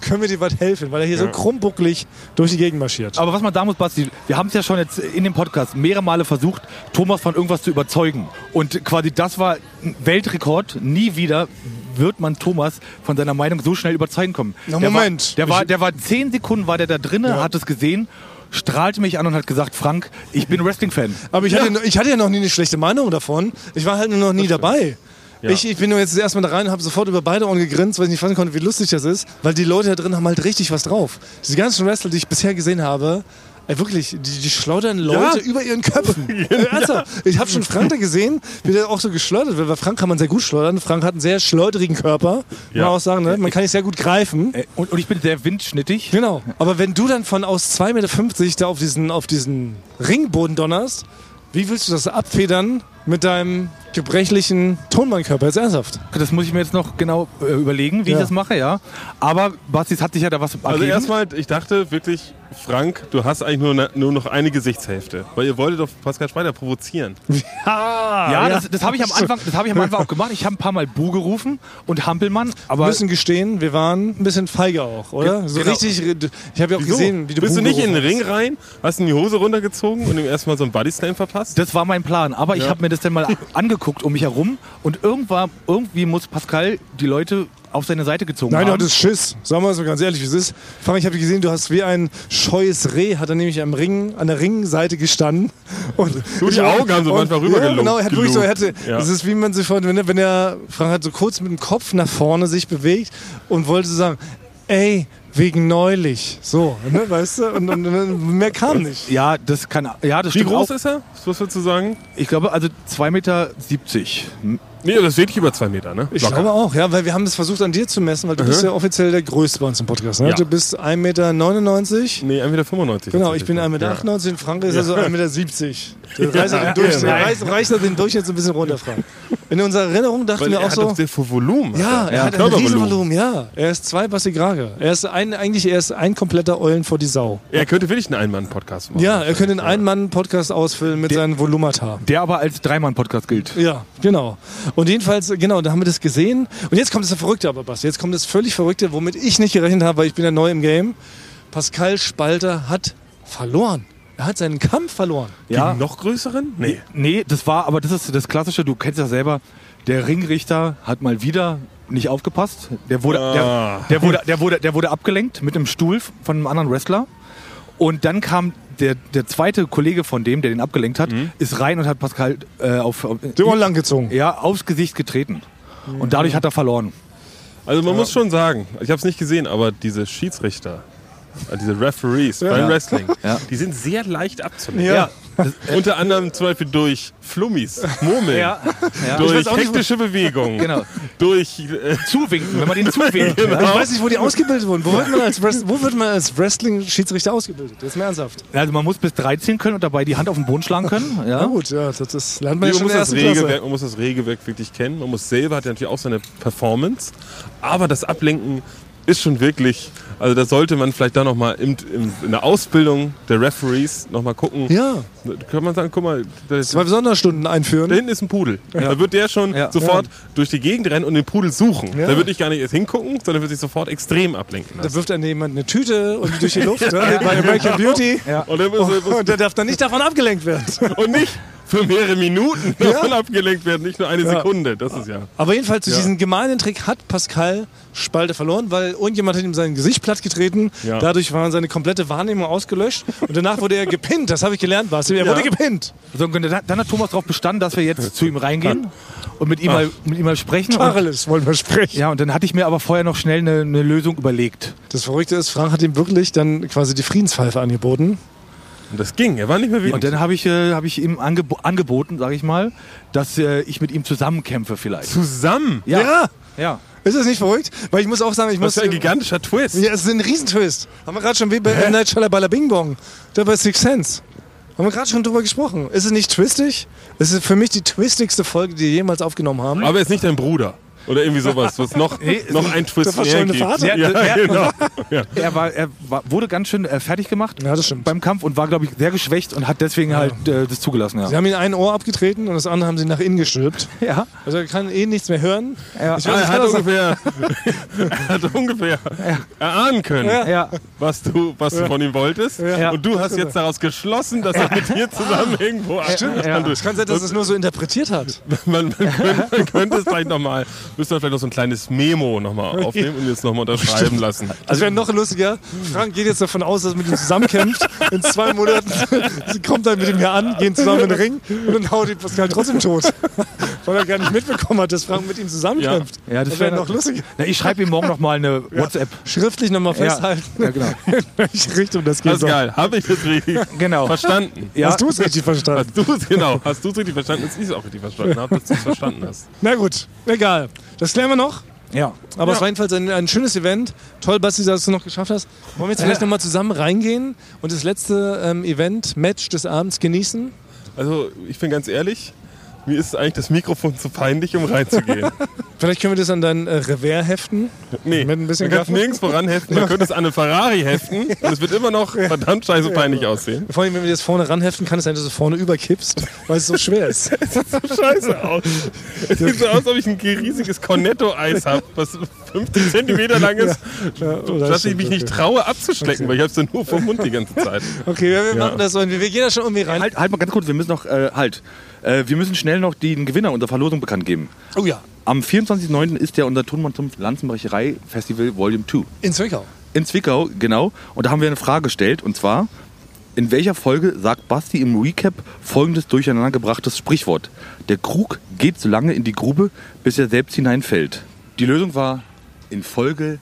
Können wir dir was helfen, weil er hier so krummbucklig durch die Gegend marschiert.
Aber was man da muss, Basti, wir haben es ja schon jetzt in dem Podcast mehrere Male versucht, Thomas von irgendwas zu überzeugen. Und quasi das war ein Weltrekord. Nie wieder wird man Thomas von seiner Meinung so schnell überzeugen kommen.
Na,
der
Moment.
War, der, war, der war zehn Sekunden, war der da drinnen, hat es gesehen, strahlte mich an und hat gesagt, Frank, ich bin Wrestling-Fan.
Aber ich, hatte, ich hatte ja noch nie eine schlechte Meinung davon. Ich war halt nur noch nie dabei. Ich, ich bin nur jetzt erstmal da rein und habe sofort über beide Ohren gegrinst, weil ich nicht fassen konnte, wie lustig das ist. Weil die Leute da drin haben halt richtig was drauf. Diese ganzen Wrestler, die ich bisher gesehen habe, ey, wirklich, die, die schleudern Leute über ihren Köpfen. Ernsthaft. Ich habe schon Frank da gesehen, wie der auch so geschleudert wird. Weil Frank kann man sehr gut schleudern. Frank hat einen sehr schleuderigen Körper. Muss man auch sagen, ne? man kann ihn sehr gut greifen.
Äh, Und, und ich bin sehr windschnittig.
Genau. Aber wenn du dann von aus 2,50 Meter da auf diesen, auf diesen Ringboden donnerst, wie willst du das abfedern mit deinem gebrechlichen Tonbankkörper? Jetzt ernsthaft.
Das muss ich mir jetzt noch genau äh, überlegen, wie
Ja.
ich das mache, ja. Aber Basti, es hat sich ja da was
Also
ergeben.
erstmal, ich dachte wirklich, Frank, du hast eigentlich nur, ne- nur noch eine Gesichtshälfte. Weil ihr wolltet doch Pascal Schweider provozieren.
Ja, das,
*laughs*
das habe ich, am Anfang- das hab ich am Anfang auch gemacht. Ich habe ein paar Mal Bu gerufen und Hampelmann, aber
Wir müssen gestehen, wir waren ein bisschen feige auch, oder?
Ge-
So
genau.
richtig. Ich habe ja auch gesehen, wie du
Bist du
Buh
nicht in den
gerufen
Ring rein, hast in die Hose runtergezogen und ihm erstmal so einen Bodyslam verpasst?
das war mein Plan. Aber ich habe mir das dann
*laughs*
mal angeguckt um mich herum und irgendwann, irgendwie muss Pascal die Leute auf seine Seite gezogen
Nein, du
haben.
hattest Schiss. Sagen wir es mal ganz ehrlich, wie es ist. Frank, ich habe gesehen, du hast wie ein scheues Reh, hat er nämlich am Ring, an der Ringseite gestanden. Und
die
Ich-
Augen haben so manchmal rübergelugt,
Ja, genau, er hat wirklich so, er hatte,
Ja.
es ist wie man sich vorhin, wenn, wenn er, Frank hat so kurz mit dem Kopf nach vorne sich bewegt und wollte so sagen, ey, wegen neulich. So, ne, weißt du? Und, und, und mehr kam nicht.
ja, das kann, ja, das
Wie
stimmt
groß
auch.
ist er? Was würdest du sagen?
Ich glaube, also 2,70 Meter.
Nee, das sehe ich über zwei Meter, ne?
Ich glaube auch, ja, weil wir haben das versucht an dir zu messen, weil du bist ja offiziell der Größte bei uns im Podcast. Ne?
Ja.
Du bist 1,99 Meter.
Nee, 1,95 Meter.
Genau, ich bin 1,98
tatsächlich.
Meter, in Frank ist also 1,70
*laughs*
Meter. Das reicht, ja. Durchschnitt, reicht, reicht das den Durchschnitt so ein bisschen runter, Frank. In unserer Erinnerung dachten
Weil
wir
er
auch
hat
so...
doch sehr viel Volumen.
Ja,
hat
er hat ein
Körpervolumen.
Riesenvolumen, ja. Er ist zwei Basti Grage. Er ist ein, eigentlich er ist ein kompletter Eulen vor die Sau.
Er könnte wirklich einen Ein-Mann-Podcast machen.
Ja, er könnte einen Ein-Mann-Podcast ausfüllen mit seinen Volumata.
Der aber als Dreimann-Podcast gilt.
Ja, genau. Und jedenfalls, genau, da haben wir das gesehen. Und jetzt kommt das Verrückte aber, Basti. Jetzt kommt das völlig Verrückte, womit ich nicht gerechnet habe, weil ich bin ja neu im Game. Pascal Spalter hat verloren. Er hat seinen Kampf verloren.
ja. Die noch größeren? Nee.
Nee, das war, aber das ist das Klassische, du kennst das selber. Der Ringrichter hat mal wieder nicht aufgepasst. Der wurde,
Ah.
der, der, wurde, der, wurde, der wurde abgelenkt mit einem Stuhl von einem anderen Wrestler. Und dann kam der, der zweite Kollege von dem, der den abgelenkt hat, ist rein und hat Pascal äh, auf, auf,
Den Ohr lang gezogen.
ja, aufs Gesicht getreten. Und dadurch hat er verloren.
Also man muss schon sagen, ich habe es nicht gesehen, aber diese Schiedsrichter, äh, diese Referees beim Wrestling, die sind sehr leicht abzunehmen.
Ja.
Unter anderem zum Beispiel durch Flummis, Murmeln, *laughs* durch hektische Bewegungen,
Genau.
durch... Äh,
Zuwinken, wenn man den zuwinkt.
Ich weiß nicht, wo die ausgebildet wurden. Wo wird man als, Wrest- wo wird man als Wrestling-Schiedsrichter ausgebildet? Jetzt mal ernsthaft.
Also man muss bis 13 können und dabei die Hand auf den Boden schlagen können.
Na
Ja.
gut, ja, das, das lernt man
man,
ja schon in
muss
der
das
ersten Klasse.
Regelwerk, man muss das Regelwerk wirklich kennen. Man muss selber, hat ja natürlich auch seine Performance. Aber das Ablenken ist schon wirklich... Also da sollte man vielleicht da nochmal im, im, in der Ausbildung der Referees nochmal gucken.
Ja,
Da Kann man sagen, guck mal, das,
zwei Sonderstunden
Da
einführen.
hinten ist ein Pudel. Da wird der schon
Ja.
sofort durch die Gegend rennen und den Pudel suchen. Da würde ich gar nicht erst hingucken, sondern wird sich sofort extrem ablenken
Da
lassen.
wirft dann jemand eine Tüte und die *laughs* durch die Luft ne? bei American Beauty.
Und, dann muss,
Und der darf dann nicht davon abgelenkt werden.
und nicht für mehrere Minuten davon abgelenkt werden, nicht nur eine Sekunde. Das ist ja.
Aber jedenfalls durch diesen gemeinen Trick hat Pascal Spalte verloren, weil irgendjemand hat ihm sein Gesicht plattgetreten.
Ja.
Dadurch war seine komplette Wahrnehmung ausgelöscht. Und danach wurde er gepinnt. Das habe ich gelernt, Basti. Er wurde gepinnt.
So, und Also dann dann hat Thomas darauf bestanden, dass wir jetzt zu ihm reingehen und mit ihm mal, mit ihm mal sprechen. Und,
Parallels wollen wir sprechen.
ja, und dann hatte ich mir aber vorher noch schnell eine, eine Lösung überlegt.
Das Verrückte ist, Frank hat ihm wirklich dann quasi die Friedenspfeife angeboten.
Und das ging. Er war nicht mehr
Und
wütend.
dann habe ich, äh, habe ich ihm angebo angeboten, sage ich mal, dass äh, ich mit ihm zusammenkämpfe vielleicht.
Zusammen.
Ja.
Ja.
Ist das nicht verrückt? Weil ich muss auch sagen, ich
Was für
muss.
ein gigantischer Twist.
Ja, es ist ein Riesentwist. Haben wir gerade schon wie bei M. Night Shyamalan Bing Bong. Da bei Six Sense. Haben wir gerade schon drüber gesprochen. Ist es nicht twistig? Es ist für mich die twistigste Folge, die wir jemals aufgenommen haben.
Aber er ist nicht dein Bruder. Oder irgendwie sowas, was noch, noch ein Twist
war schon eine Vater.
Ja,
Ja,
genau.
Er, war, er war, wurde ganz schön äh, fertig gemacht
Ja, das stimmt.
beim Kampf und war, glaube ich, sehr geschwächt und hat deswegen halt äh, das zugelassen.
Sie
Ja.
haben ihn ein Ohr abgetreten und das andere haben sie nach innen gestülpt.
Ja.
Also er kann eh nichts mehr hören.
Ja.
Ich weiß,
Er
ich
hat
kann
also-
das sagen.
ungefähr, *laughs* er hat ungefähr erahnen können,
ja.
was du, was du von ihm wolltest.
Ja.
Und du hast jetzt daraus geschlossen, dass er mit dir zusammen irgendwo Stimmt.
Es kann sein, dass er es nur so interpretiert hat.
Man, man, könnte, man könnte es vielleicht nochmal, müsste man vielleicht noch so ein kleines Memo nochmal aufnehmen und jetzt nochmal unterschreiben lassen.
Das wäre noch lustiger. Frank geht jetzt davon aus, dass er mit ihm zusammenkämpft. In zwei Monaten *laughs* sie kommt dann mit ihm hier an, gehen zusammen in den Ring und dann haut ihn Pascal trotzdem tot. *laughs* Weil er gar nicht mitbekommen hat, dass Frank mit ihm zusammenkämpft.
Ja, das
wäre
wär-
noch lustiger.
Na, ich schreibe ihm morgen nochmal eine WhatsApp.
Schriftlich nochmal festhalten, *laughs*
Ja, genau.
in welche Richtung um das geht.
Das ist geil. Habe ich das richtig
Genau.
verstanden?
Ja.
Hast du es richtig verstanden?
Hast du es genau? Hast du es richtig verstanden? Dass ich es auch richtig verstanden habe, dass du es verstanden hast.
Na gut, egal. Das klären wir noch.
Ja.
Aber es war jedenfalls ein, ein schönes Event. Toll, Basti, dass du es noch geschafft hast. Wollen wir jetzt vielleicht nochmal zusammen reingehen und das letzte ähm, Event, Match des Abends genießen?
Also ich bin ganz ehrlich, mir ist eigentlich das Mikrofon zu peinlich,
*laughs*
um reinzugehen.
Vielleicht können wir das an dein äh, Revers heften.
Nee,
Mit ein bisschen
man kann
Kaffee?
nirgends voran heften, man könnte es an eine
*laughs*
Ferrari heften und es wird immer noch verdammt scheiße peinlich aussehen.
Vor allem, wenn wir das vorne ranheften, kann es sein, dass du vorne überkippst, weil es *laughs* so schwer ist.
Scheiße aus. Es sieht so aus, als ob ich ein riesiges Cornetto-Eis habe, was 50 Zentimeter lang ist,
oder
dass ich
stimmt,
mich nicht
okay.
traue abzuschlecken, weil ich hab's dann nur vom Mund die ganze Zeit.
*laughs* Okay, wir, wir machen das so. Wir, wir gehen da schon irgendwie rein.
Halt, halt mal ganz kurz, wir müssen noch, äh, halt. Äh, wir müssen schnell noch den Gewinner unserer Verlosung bekannt geben.
Oh ja,
Am 24.09. ist ja unser Tonmann zum Lanzenbrecherei Festival Volume 2.
in Zwickau.
In Zwickau, genau. Und da haben wir eine Frage gestellt. Und zwar, in welcher Folge sagt Basti im Recap folgendes durcheinandergebrachtes Sprichwort? Der Krug geht so lange in die Grube, bis er selbst hineinfällt. Die Lösung war in Folge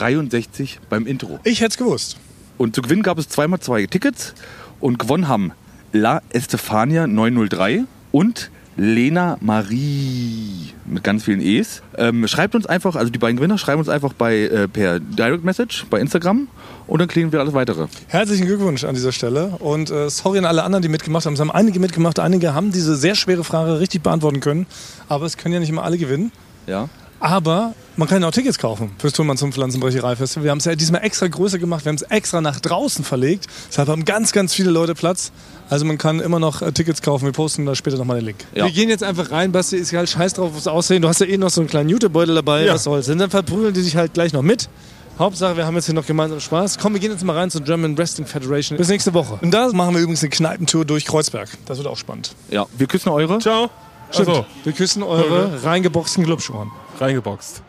63 beim Intro.
Ich hätte es gewusst.
Und zu gewinnen gab es zweimal zwei Tickets. Und gewonnen haben La Estefania 903 und Lena Marie mit ganz vielen E's. Ähm, schreibt uns einfach, also die beiden Gewinner, schreiben uns einfach bei, äh, per Direct Message bei Instagram und dann klären wir alles weitere.
Herzlichen Glückwunsch an dieser Stelle und äh, sorry an alle anderen, die mitgemacht haben. Es haben einige mitgemacht, einige haben diese sehr schwere Frage richtig beantworten können, aber es können ja nicht immer alle gewinnen.
Ja.
Aber man kann ja auch Tickets kaufen fürs Thurmann zum Pflanzenbrecherei-Festival. Wir haben es ja diesmal extra größer gemacht, wir haben es extra nach draußen verlegt. Deshalb haben ganz, ganz viele Leute Platz. Also man kann immer noch äh, Tickets kaufen. Wir posten da später nochmal den Link.
Ja.
Wir gehen jetzt einfach rein, Basti, ist halt scheiß drauf aufs Aussehen. Du hast ja eh noch so einen kleinen Jutebeutel dabei, was soll's. Und dann verprügeln die sich halt gleich noch mit. Hauptsache, wir haben jetzt hier noch gemeinsam Spaß. Komm, wir gehen jetzt mal rein zur German Wrestling Federation. Bis nächste Woche. Und da machen wir übrigens eine Kneipentour durch Kreuzberg. Das wird auch spannend.
Ja, wir küssen eure.
Ciao.
Stimmt.
Also,
Wir küssen eure reingeboxten Glubschworen.
reingeboxt.